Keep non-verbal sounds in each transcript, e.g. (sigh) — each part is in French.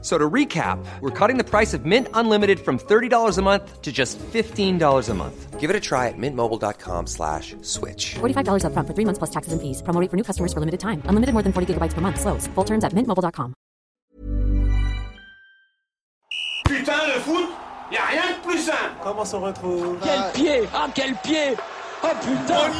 So to recap, we're cutting the price of Mint Unlimited from $30 a month to just $15 a month. Give it a try at mintmobile.com slash switch. $45 upfront for three months plus taxes and fees. Promo rate for new customers for limited time. Unlimited more than 40 gigabytes per month. Slows. Full terms at mintmobile.com. Putain, le foot, y a rien de plus simple. Comment on se retrouve Quel pied Ah quel pied Oh putain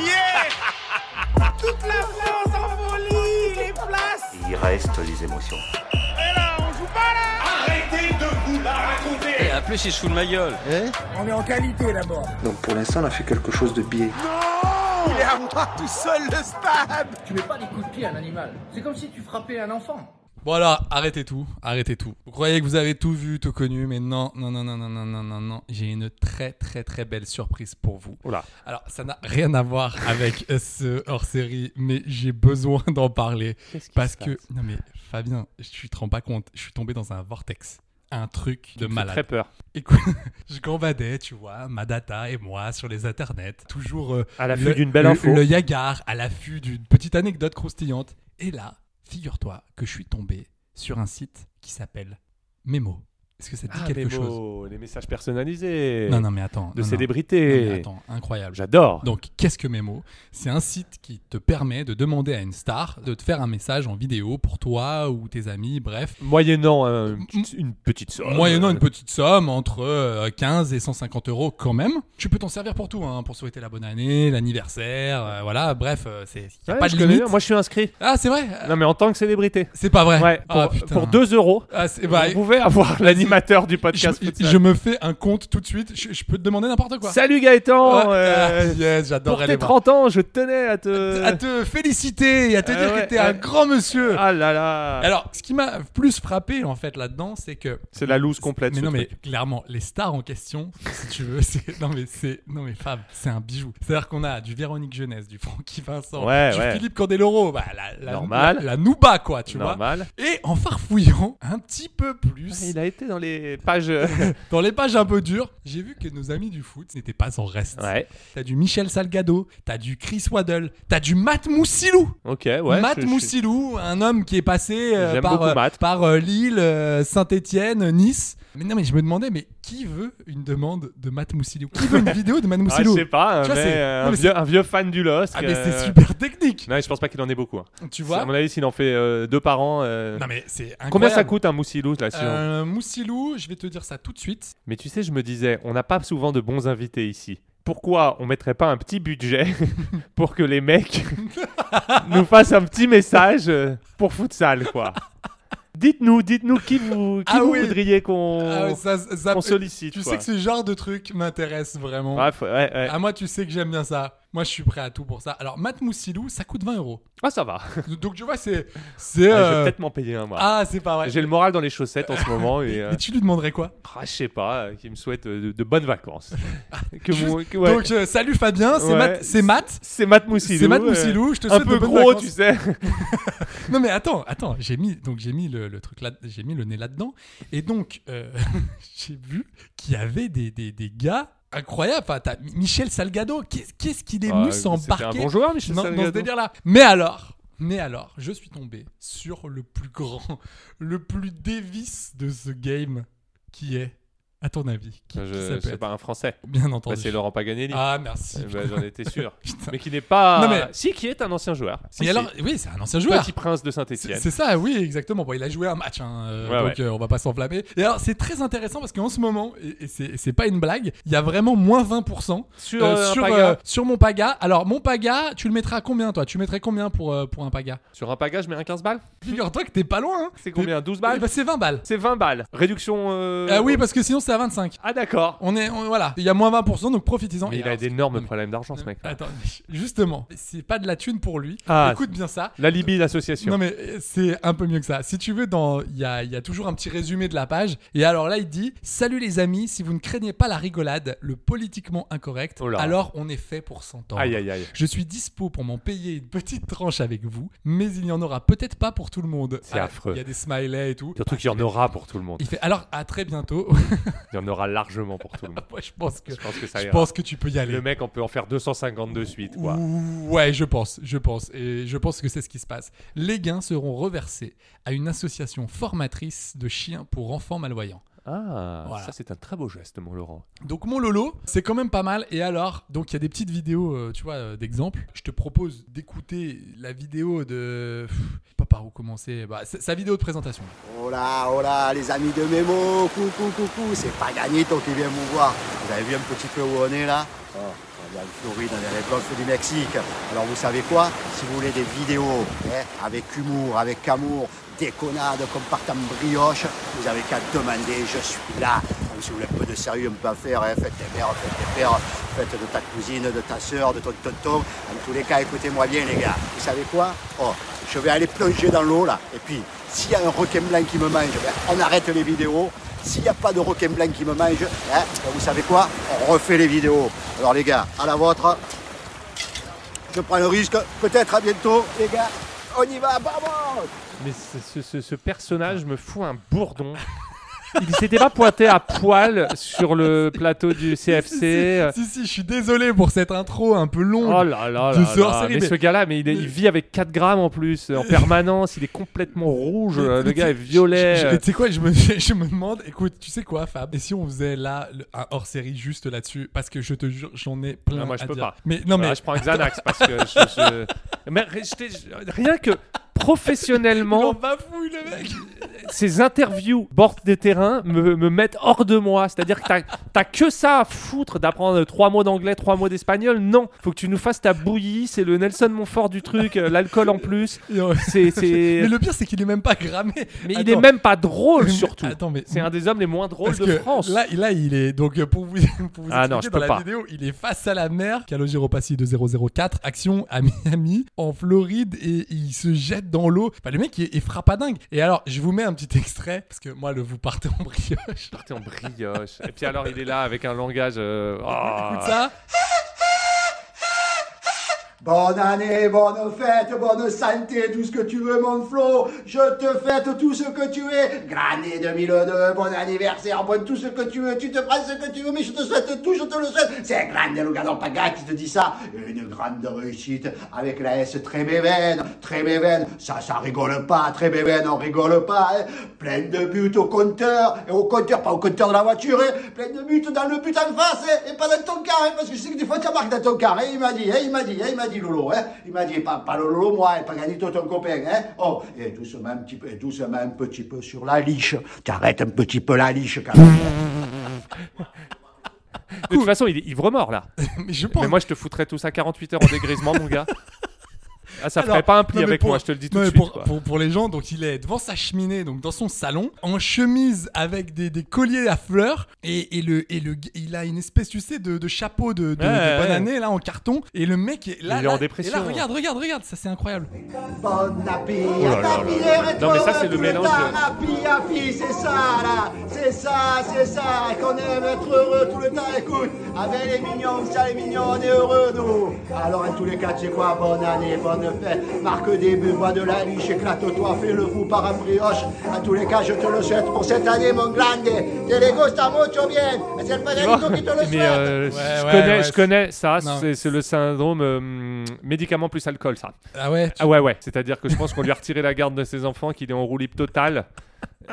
(laughs) Toute la France en folie, les places. Il reste les émotions. Et là, on joue pas là. Arrêtez de vous la raconter. En plus il se fout de ma gueule Donc pour l'instant, on a fait quelque chose de biais. Il est à moi tout seul le stade. Voilà, arrêtez tout, arrêtez tout. Vous croyez que vous avez tout vu, tout connu, mais non, non, non, non, non, non, non, non, non. J'ai une très, très, très belle surprise pour vous. Alors, ça n'a rien à voir avec (laughs) ce hors-série, mais j'ai besoin d'en parler parce que non mais Fabien, je te rends pas compte, je suis tombé dans un vortex, un truc de malade. Très peur. Écoute, (laughs) je gambadais, tu vois, ma data et moi sur les internets, toujours euh, À l'affût le- d'une belle le- info. le yagar, à l'affût d'une petite anecdote croustillante. Et là, figure-toi que je suis tombé sur un site qui s'appelle Memo. Est-ce que ça te dit Ah, quelque les chose mots, les messages personnalisés. Non, non, mais attends. De non, non. célébrités. Non, mais attends, incroyable. J'adore. Donc, qu'est-ce que Memo C'est un site qui te permet de demander à une star de te faire un message en vidéo pour toi ou tes amis, bref. Moyennant euh, une petite- une petite somme. Moyennant une petite somme entre euh, 15 et 150 euros quand même. Tu peux t'en servir pour tout, hein, pour souhaiter la bonne année, l'anniversaire, euh, voilà, bref, euh, c'est y a Ouais, pas je de connais limite. bien. Moi, je suis inscrit. Ah, c'est vrai euh, Non, mais en tant que célébrité. C'est pas vrai. Ouais, Ah, pour, putain. pour 2 euros, Ah, c'est- bah, vous pouvez avoir l'animateur du je, podcast. je me fais un compte tout de suite, je, je peux te demander n'importe quoi. Salut Gaëtan Ouais, euh, ah, yes, Pour j'adorerais les tes voir. 30 ans, je tenais à te... À te féliciter et à te Ah dire ouais, que t'es ah. un grand monsieur. Ah là là Alors, ce qui m'a plus frappé en fait là-dedans, c'est que C'est la loose complète, Mais ce non, truc. mais clairement, les stars en question, (laughs) si tu veux, c'est non mais c'est non mais Fab, c'est un bijou. C'est-à-dire qu'on a du Véronique Jeunesse, du Francky Vincent, Ouais, du ouais. Philippe Candeloro, bah, la, la, Normal. la, la Nouba quoi, tu Normal. Ah, vois. Et en farfouillant un petit peu plus Il a été dans les (laughs) pages... dans les pages un peu dures, j'ai vu que nos amis du foot n'étaient pas sans reste. ouais, T'as du Michel Salgado, t'as du Chris Waddle, t'as du Matt Moussilou. ok, ouais. Matt je- je- Moussilou, un homme qui est passé euh, J'aime par, beaucoup euh, Matt. par euh, Lille, euh, Saint-Etienne, euh, Nice. Mais non, mais je me demandais, mais qui veut une demande de Matt Moussilou (laughs) Qui veut une vidéo de Matt Ah, je Moussilou sais pas, Tu un, mec, vois, c'est- euh, non, un mais vieux, un vieux fan du LOSC. Ah, mais euh, c'est super technique, Non, mais je pense pas qu'il en ait beaucoup. hein. tu vois À mon avis, s'il en fait euh, deux par an. euh, Non, mais c'est incroyable. Combien ça coûte un moussilou là si on- euh, Moussilou, je vais te dire ça tout de suite. Mais tu sais, je me disais, on n'a pas souvent de bons invités ici. Pourquoi on mettrait pas un petit budget (laughs) pour que les (laughs) mecs nous fassent un petit message euh, pour futsal quoi Dites-nous, dites-nous qui vous, qui Ah vous oui. voudriez qu'on Ah ouais, ça- ça- qu'on sollicite. Tu quoi. sais que ce genre de truc m'intéresse vraiment. Bref, ouais, ouais. Ah, moi, tu sais que j'aime bien ça. Moi, je suis prêt à tout pour ça. Alors, Matt Moussilou, ça coûte 20 euros. (laughs) Ah, ça va. Donc, tu vois, c'est. c'est Ah, je vais euh, peut-être m'en payer un moi. Ah, c'est pas vrai. J'ai le moral dans les chaussettes en ce moment et, (laughs) euh, Et tu lui demanderais quoi ah, je sais pas, euh, qui me souhaite euh, de, de bonnes (laughs) vacances. que Ah, Juste- mon- que- ouais. Donc euh, salut Fabien, c'est Ouais. Matt. C'est Matt. C'est Matt Moussilou. C'est Matt euh, Moussilou, je te un souhaite de peu bonnes gros, vacances. tu sais. Non mais attends, attends, j'ai mis donc j'ai mis le, le truc là, j'ai mis le nez là-dedans et donc euh, (laughs) j'ai vu qu'il y avait des, des, des gars incroyables. Enfin, t'as Mi- Michel Salgado, qu'est- qu'est-ce qu'il est venu Ah, s'embarquer C'était un bon joueur, Michel dans, dans ce Salgado. délire-là. Mais alors, mais alors, je suis tombé sur le plus grand, le plus dévice de ce game, qui est, à ton avis, qui, Euh, Je, qui ça je peut sais être pas, un français. Bien Bah, entendu. c'est Laurent Paganelli. Ah merci. Eh ben, J'en étais sûr. (laughs) Putain. mais qui n'est pas. Non, mais- Si, qui est un ancien joueur. Si, Et si. alors, oui, c'est un ancien joueur. Petit prince de C'est Saint-Etienne. c'est ça, oui, exactement. Bon, il a joué un match, hein, euh, Ouais, donc euh, on va pas s'enflammer. Et alors, c'est très intéressant parce qu'en ce moment, et, et c'est et c'est pas une blague, il y a vraiment moins 20% Sur, euh, euh, un sur, Paga. euh, sur mon paga. Alors, mon paga, tu le mettras à combien, toi Tu mettrais combien pour, euh, pour un paga (laughs) Sur un pagage, je mets un 15 balles Figure-toi que t'es pas loin. hein. C'est combien T'es- 12 balles Eh ben, C'est 20 balles. C'est 20 balles. Réduction. Bah, euh, Ah oui, parce que sinon, c'est à 25. Ah d'accord. On est, on- voilà, il y a moins 20%, donc profitez-en. Mais Et il a alors, d'énormes non, mais- problèmes d'argent, ce mec. Attends, (laughs) justement, c'est pas de la thune pour lui. Ah. Écoute bien ça. La Libye, l'association. Non mais euh, c'est un peu mieux que ça. Si tu veux, dans il y a, il y a toujours un petit résumé de la page. Et alors là, il dit Salut les amis, si vous ne craignez pas la rigolade, le politiquement incorrect, Oh là. alors on est fait pour s'entendre. Aïe, aïe, aïe. Je suis dispo pour m'en payer une petite tranche avec vous, mais il n'y en aura peut-être pas pour tout le monde. Ah, C'est affreux. Il y a des smileys et tout. Ah, Surtout qu'il y en aura pour tout le monde. Il fait alors à très bientôt. (laughs) Il y en aura largement pour tout le monde. Moi, je pense que Je pense que ça je ira. pense que tu peux y aller. Le mec, on peut en faire 250 de suite, quoi. Ouais, je pense, je pense, et je pense que c'est ce qui se passe. Les gains seront reversés à une association formatrice de chiens pour enfants malvoyants. Ah, Voilà. ça c'est un très beau geste, mon Laurent. Donc mon lolo, c'est quand même pas mal. Et alors, donc il y a des petites vidéos, euh, tu vois, euh, d'exemples. Je te propose d'écouter la vidéo de, Pff, je sais pas par où commencer, Bah, sa sa vidéo de présentation. Oh là, oh là, les amis de Mémo, coucou, coucou, c'est pas gagné tant qu'il vient me voir. Vous avez vu un petit peu où on est là Oh, On est en Floride, on est dans les golfe du Mexique. Alors vous savez quoi Si vous voulez des vidéos hein, avec humour, avec amour, des connades comme partant brioche, vous avez qu'à demander, je suis là. Donc, si vous voulez un peu de sérieux, un peu à faire, hein, faites des mères, faites des pères, faites de ta cousine, de ta soeur, de ton tonton. En tous les cas, écoutez-moi bien les gars. Vous savez quoi Oh, je vais aller plonger dans l'eau là. Et puis, s'il y a un requin blanc qui me mange, ben, on arrête les vidéos. S'il n'y a pas de requin blanc qui me mange, hein, ben, vous savez quoi On refait les vidéos. Alors les gars, à la vôtre. Je prends le risque. Peut-être à bientôt, les gars. On y va, vamos Mais ce, ce- ce- ce personnage me fout un (laughs) bourdon. Il s'était pas pointé à poil sur le plateau (laughs) du CFC. Si, si, si, je suis désolé pour cette intro un peu longue. Oh là là là De ce là. hors-série, Mais mais- ce gars-là, mais il, est- il vit avec 4 grammes en plus, (laughs) en permanence. Il est complètement rouge. euh, Mais- Le mais gars tu- est violet. euh. je- je- Tu sais quoi, je me, (laughs) je me demande, écoute, tu sais quoi, Fab Et si on faisait là le- un hors série juste là-dessus Parce que je te jure, j'en ai plein. Non, Ah, moi, je à peux dire. pas. Mais non, Voilà, mais je prends un Xanax parce que je- (laughs) je- Mais je t'ai- je- rien que professionnellement, on va fouiller le mec ces interviews bord des terrains me, me mettent hors de moi. C'est-à-dire que t'as- t'as que ça à foutre d'apprendre trois mots d'anglais, trois mots d'espagnol. Non, faut que tu nous fasses ta bouillie. C'est le Nelson Montfort du truc, euh, l'alcool en (laughs) plus. Et on- C'est, c'est- Mais le pire, c'est qu'il est même pas grammé. Mais il Attends. est même pas drôle (laughs) Mais- surtout. Attends, mais- C'est un des hommes les moins drôles Parce de que France. Là, là, il est. Donc, euh, pour vous, (laughs) pour vous Ah expliquer non, je dans peux la pas. vidéo, il est face à la mer. Calogero Passi de 004, action à Miami, en Floride, et il se jette dans l'eau. Enfin, le mec, il, il frappe à dingue. Et alors, je vous mets un petit extrait, parce que moi, le vous partez en (laughs) brioche. Partez en brioche. Et puis alors il est là avec un langage. euh, ah. (laughs) Écoute ça. Bonne année, bonne fête, bonne santé, tout ce que tu veux, mon Flo. Je te fête tout ce que tu es. Grande année 2002, bon anniversaire, bon tout ce que tu veux. Tu te prends ce que tu veux, mais je te souhaite tout, je te le souhaite. C'est grande, le gars dans Paga qui te dit ça. Une grande réussite avec la S très bévène, très bévène. Ça, ça rigole pas, très bévène, on rigole pas. hein. Plein de buts au compteur, et au compteur, pas au compteur de la voiture. hein. Plein de buts dans le but en face, hein, et pas dans ton carré, parce que je sais que des fois, tu marques dans ton carré. Il m'a dit, hein, il m'a dit, hein, il m'a dit, Lolo, hein. Il m'a dit, pas, pas le Lolo, moi, hein, pas gagné toi, ton copain, hein. Oh, et doucement un petit peu, et doucement un petit peu sur la liche. T'arrêtes un petit peu la liche, quand même. oh. De toute façon, il est ivre mort là. Mais (laughs) je pense. Mais moi, je te foutrais tous à 48 heures en dégrisement, mon gars. Ah, ça ferait Alors, pas un pli non, mais avec pour- moi, je te le dis tout non, de mais suite. Pour, quoi. pour, pour les gens, donc il est devant sa cheminée, donc dans son salon, en chemise avec des, des colliers à fleurs, et, et le, et le, gu- il a une espèce, tu sais, de, de chapeau de, de- de Ouais, bonne ouais. année, là, en carton, et le mec est là. Il est en là, dépression. hein. Et là, regarde, regarde, regarde, ça c'est incroyable. Bon appétit Oh là Oh, à là ta là bière là. et Non, mais ça, toi, c'est le tout mélange de- temps, happy, happy, c'est ça, là. C'est ça, c'est ça. Qu'on aime être heureux tout le temps. Écoute, avec les mignons, ça, les mignons, on est heureux, nous. Alors, en tous les cas, tu sais quoi, bonne année, bonne fête. Marque des buts, bois de la liche, éclate-toi, fais le fou par un brioche. En tous les cas, je te le souhaite pour cette année, mon grande. Te le gusta mucho bien. C'est le panelito qui te le Mais souhaite. euh, je, ouais, connais, ouais, je connais ça, Non. c'est c'est le syndrome euh, hum, médicament plus alcool, ça. Ah ouais, tu- Ah ouais, ouais. C'est-à-dire que je pense qu'on lui a retiré la garde de ses enfants, qu'il est en roue libre totale.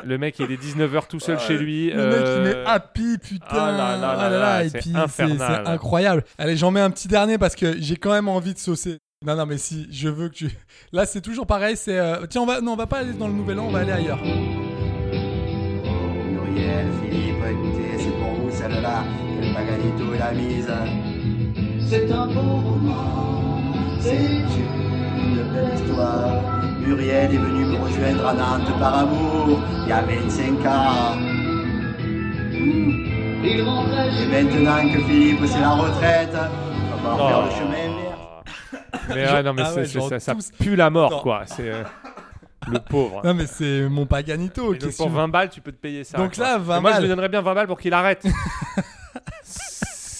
Le mec, il est 19h tout seul chez lui. Le mec, il est euh, happy, putain. ah là là là Ah là, et c'est puis c'est- infernal. c'est incroyable. Allez, j'en mets un petit dernier parce que j'ai quand même envie de saucer. Non, non, mais si, je veux que tu. Là, c'est toujours pareil. C'est. euh, Tiens, on va. Non, on va pas aller dans le nouvel an, on va aller ailleurs. Muriel, Philippe, écoutez, c'est pour vous celle-là. Le Paganito et la mise. C'est un beau roman, c'est une belle histoire. Muriel est venue me rejoindre à Nantes par amour, il y a 25 ans. Et maintenant que Philippe, c'est la retraite, on va refaire le chemin vert. Oh. Mais Genre- ouais, non, mais ah c'est- ouais, c'est- genre ça, ça tous- pue la mort, Non. quoi. C'est euh, le pauvre. Non, mais c'est mon Paganito. Et donc, qu'est-ce pour que- 20 balles, tu peux te payer ça. Donc quoi. là, Et 20 Moi, je balles. lui donnerais bien 20 balles pour qu'il (laughs) arrête.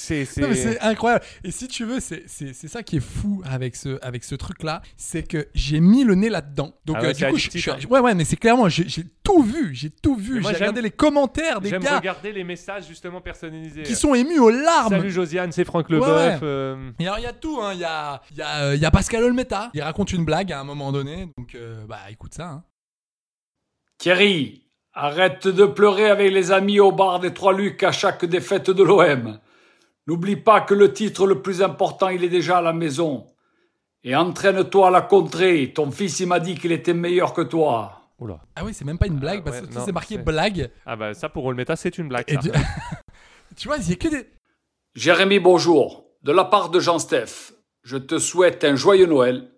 c'est. c'est- Non, mais c'est incroyable. Et si tu veux, c'est c'est- c'est ça qui est fou avec ce, avec ce truc-là, c'est que j'ai mis le nez là-dedans. Donc Ah ouais, euh, du t'es coup, je, addictif, je- hein. ouais, ouais, mais c'est clairement, j'ai j'ai tout vu, j'ai tout vu. Mais moi, J'ai j'aime- regardé les commentaires des J'aime gars regarder les messages justement personnalisés. qui sont émus aux larmes. Salut Josiane, c'est Franck Ouais, Leboeuf. ouais. euh, Et alors, il y a tout, hein. il y, a, il y, a, euh, il y a Pascal Olmeta, il raconte une blague à un moment donné, donc euh, bah écoute ça. hein. Thierry, arrête de pleurer avec les amis au bar des Trois Lucs à chaque défaite de l'OM. N'oublie pas que le titre le plus important, il est déjà à la maison. Et entraîne-toi à la contrée. Ton fils, il m'a dit qu'il était meilleur que toi. Oula. Ah oui, c'est même pas une blague, parce ouais, que non, c'est marqué c'est- blague. Ah bah ça pour Olmeta, c'est une blague. Et ça. tu... tu vois, il y a que des. Jérémy, bonjour. De la part de Jean-Steph, je te souhaite un joyeux Noël.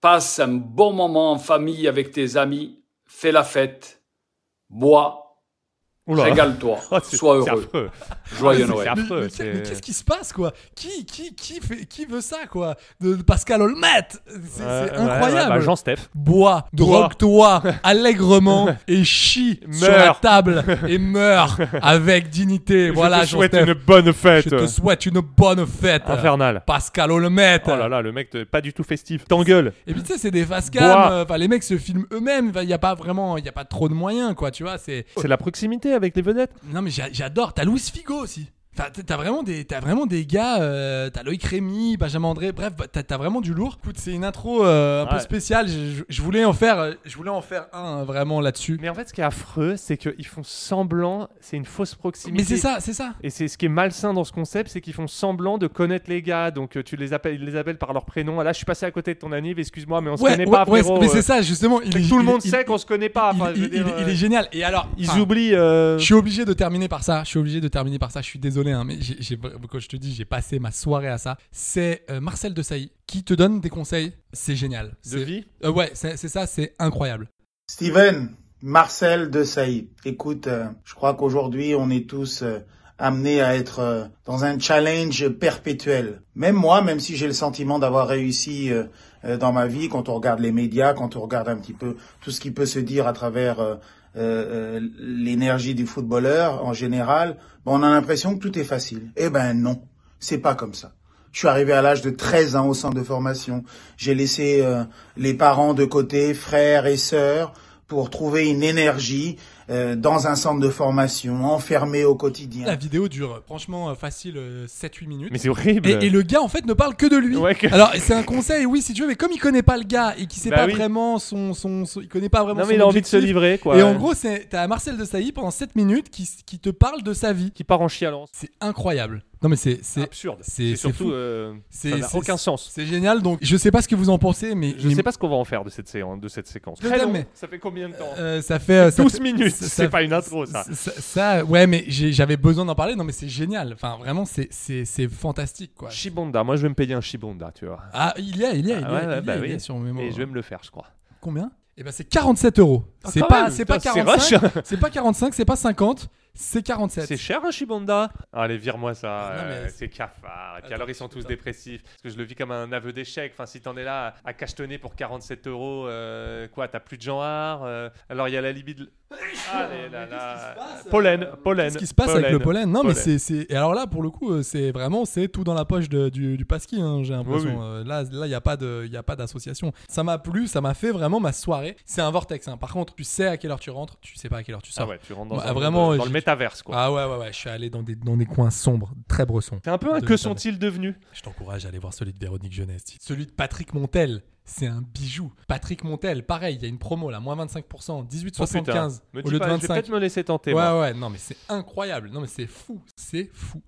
Passe un bon moment en famille avec tes amis. Fais la fête. Bois. (laughs) Oula. Régale-toi. Oh, c'est- Sois c'est heureux. affreux. Ah, Joyeux c'est Noël. Mais- affreux, mais qu'est- c'est- mais qu'est-ce qui se passe quoi qui, qui, qui, fait, qui veut ça quoi de, de Pascal Olmet C'est Ouais, c'est ouais, ouais, incroyable. bah, Jean-Steph. Bois, Bois. drogue-toi (laughs) allègrement (laughs) et chie sur la Meurs. table (laughs) et meurs avec dignité. voilà, je te souhaite Jean-Steph. une bonne fête. Je te souhaite une bonne fête. Infernal. Pascal Olmet. Oh là là, le mec de- Oh. pas du tout festif. T'engueules. Et puis tu sais, c'est des fast Bois. Enfin, les mecs se filment eux-mêmes. Enfin, Il n'y a pas vraiment, il n'y a pas trop de moyens, quoi. Tu vois, c'est. C'est la proximité avec les vedettes. Non, mais j'a- j'adore. T'as Louis Figo aussi. Enfin, t'as- t'as vraiment des, t'as vraiment des gars. euh, t'as Loïc Rémy, Benjamin André. Bref, bah, t'as, t'as vraiment du lourd. Écoute, c'est une intro euh, un peu Ouais. spéciale. Je, je- je voulais en faire, euh, je voulais en faire un euh, vraiment là-dessus. Mais en fait, ce qui est affreux, c'est qu'ils font semblant, c'est une fausse proximité. Mais c'est ça, Ah, c'est ça. Et c'est ce qui est malsain dans ce concept, c'est qu'ils font semblant de connaître les gars. Donc euh, tu les appelles, ils les appellent par leur prénom. Ah, là, je suis passé à côté de ton anniv, excuse-moi, mais on se connaît pas, frérot. mais Euh, c'est ça justement. Il est- Tout le il- monde il- sait qu'on se connaît pas. Il, Enfin, je il- veux dire, il- il euh, est génial. Et alors, Ils enfin, oublient. euh, Je suis obligé de terminer par ça. Je suis obligé de terminer par ça. Je suis désolé, hein, mais j'ai- j'ai- quand je te dis, j'ai passé ma soirée à ça. C'est euh, Marcel Desailly qui te donne des conseils. C'est génial. de C'est- vie. Euh, ouais, c'est c'est ça, c'est incroyable. Steven, Marcel de Saïd. Écoute, euh, je crois qu'aujourd'hui, on est tous euh, amenés à être euh, dans un challenge perpétuel. Même moi, même si j'ai le sentiment d'avoir réussi euh, euh, dans ma vie, quand on regarde les médias, quand on regarde un petit peu tout ce qui peut se dire à travers euh, euh, euh, l'énergie du footballeur en général, ben, on a l'impression que tout est facile. Eh ben non, c'est pas comme ça. Je suis arrivé à l'âge de 13 ans au centre de formation. J'ai laissé euh, les parents de côté, frères et sœurs, pour trouver une énergie euh, dans un centre de formation, enfermé au quotidien. La vidéo dure euh, franchement euh, facile euh, 7-8 minutes. Mais c'est horrible. Et, et le gars en fait ne parle que de lui. Ouais, que- Alors c'est un conseil, oui si tu veux, mais comme il connaît pas le gars et qu'il sait Bah pas oui. vraiment son, son, son- il connaît pas vraiment. Non, son mais il a envie de se objectif. livrer, quoi. Et en gros, c'est t'as Marcel de Sailly pendant 7 minutes qui, s- qui te parle de sa vie. qui part en chialant. C'est incroyable. Non mais c'est C'est c'est absurde. c'est- C'est c'est fou. surtout. euh, C'est- ça n'a c'est- aucun sens. c'est génial. Donc je sais pas ce que vous en pensez, mais Je mais- sais pas ce qu'on va en faire de cette, séance, de cette séquence. Je Très t'aime, long. mais- Ça fait combien de temps (laughs) Euh, ça fait euh, ça 12 fait- minutes, ça- c'est ça- pas une intro, ça. Ça, ça- ouais, mais j'ai- j'avais besoin d'en parler. Non, mais c'est génial. Enfin, vraiment, c'est c'est c'est fantastique, quoi. Shibonda. Moi, je vais me payer un Shibonda, tu vois. Ah, il y a, il y a, il y a, Ah ouais, il y ouais, a, bah il y a oui. sur le mémo. hein. Et je vais me le faire, je crois. Combien Eh ben, c'est 47 euros. c'est Ah, quand pas, même, c'est pas putain, c'est 45, c'est pas 45, c'est pas 50, c'est 47. C'est cher hein, un Shibonda Allez, vire-moi ça, Ah, Non, mais euh, c'est- c'est cafard. Et puis Attends, alors, ils sont tous putain. dépressifs. Parce que je le vis comme un aveu d'échec. Enfin, si t'en es là à, à cachetonner pour 47 euros, euh, quoi, t'as plus de gens art euh, Alors, il y a la libye (laughs) de. Allez, là, là. Pollen, pollen. euh, Qu'est-ce qui se passe avec le pollen Non, mais c'est, c'est- et alors là, pour le coup, euh, c'est vraiment, c'est tout dans la poche de- du, du pasqui. hein, j'ai l'impression. Oui, oui. Euh, Là, là, il n'y a pas de, il y a pas d'association. Ça m'a plu, ça m'a fait vraiment ma soirée. C'est un vortex. hein. Par contre, tu sais à quelle heure tu rentres, tu sais pas à quelle heure tu Ah sors. ouais, tu rentres dans, Bah, un- vraiment, dans- dans j'ai- le métaverse, quoi. Ah ouais, ouais, ouais, je suis allé dans des, dans des coins sombres, très bressons. C'est un peu un De que métaverse. sont-ils devenus Oh, Je t'encourage à aller voir celui de Véronique Jeunesse. Celui de Patrick Montel, c'est un bijou. Patrick Montel, pareil, il y a une promo là, moins 25%, Oh, putain. 18,75 Me au dis lieu pas, de je vais 25. peut-être me laisser tenter. Ouais, moi. ouais, non, mais c'est incroyable. Non, mais c'est fou, c'est fou.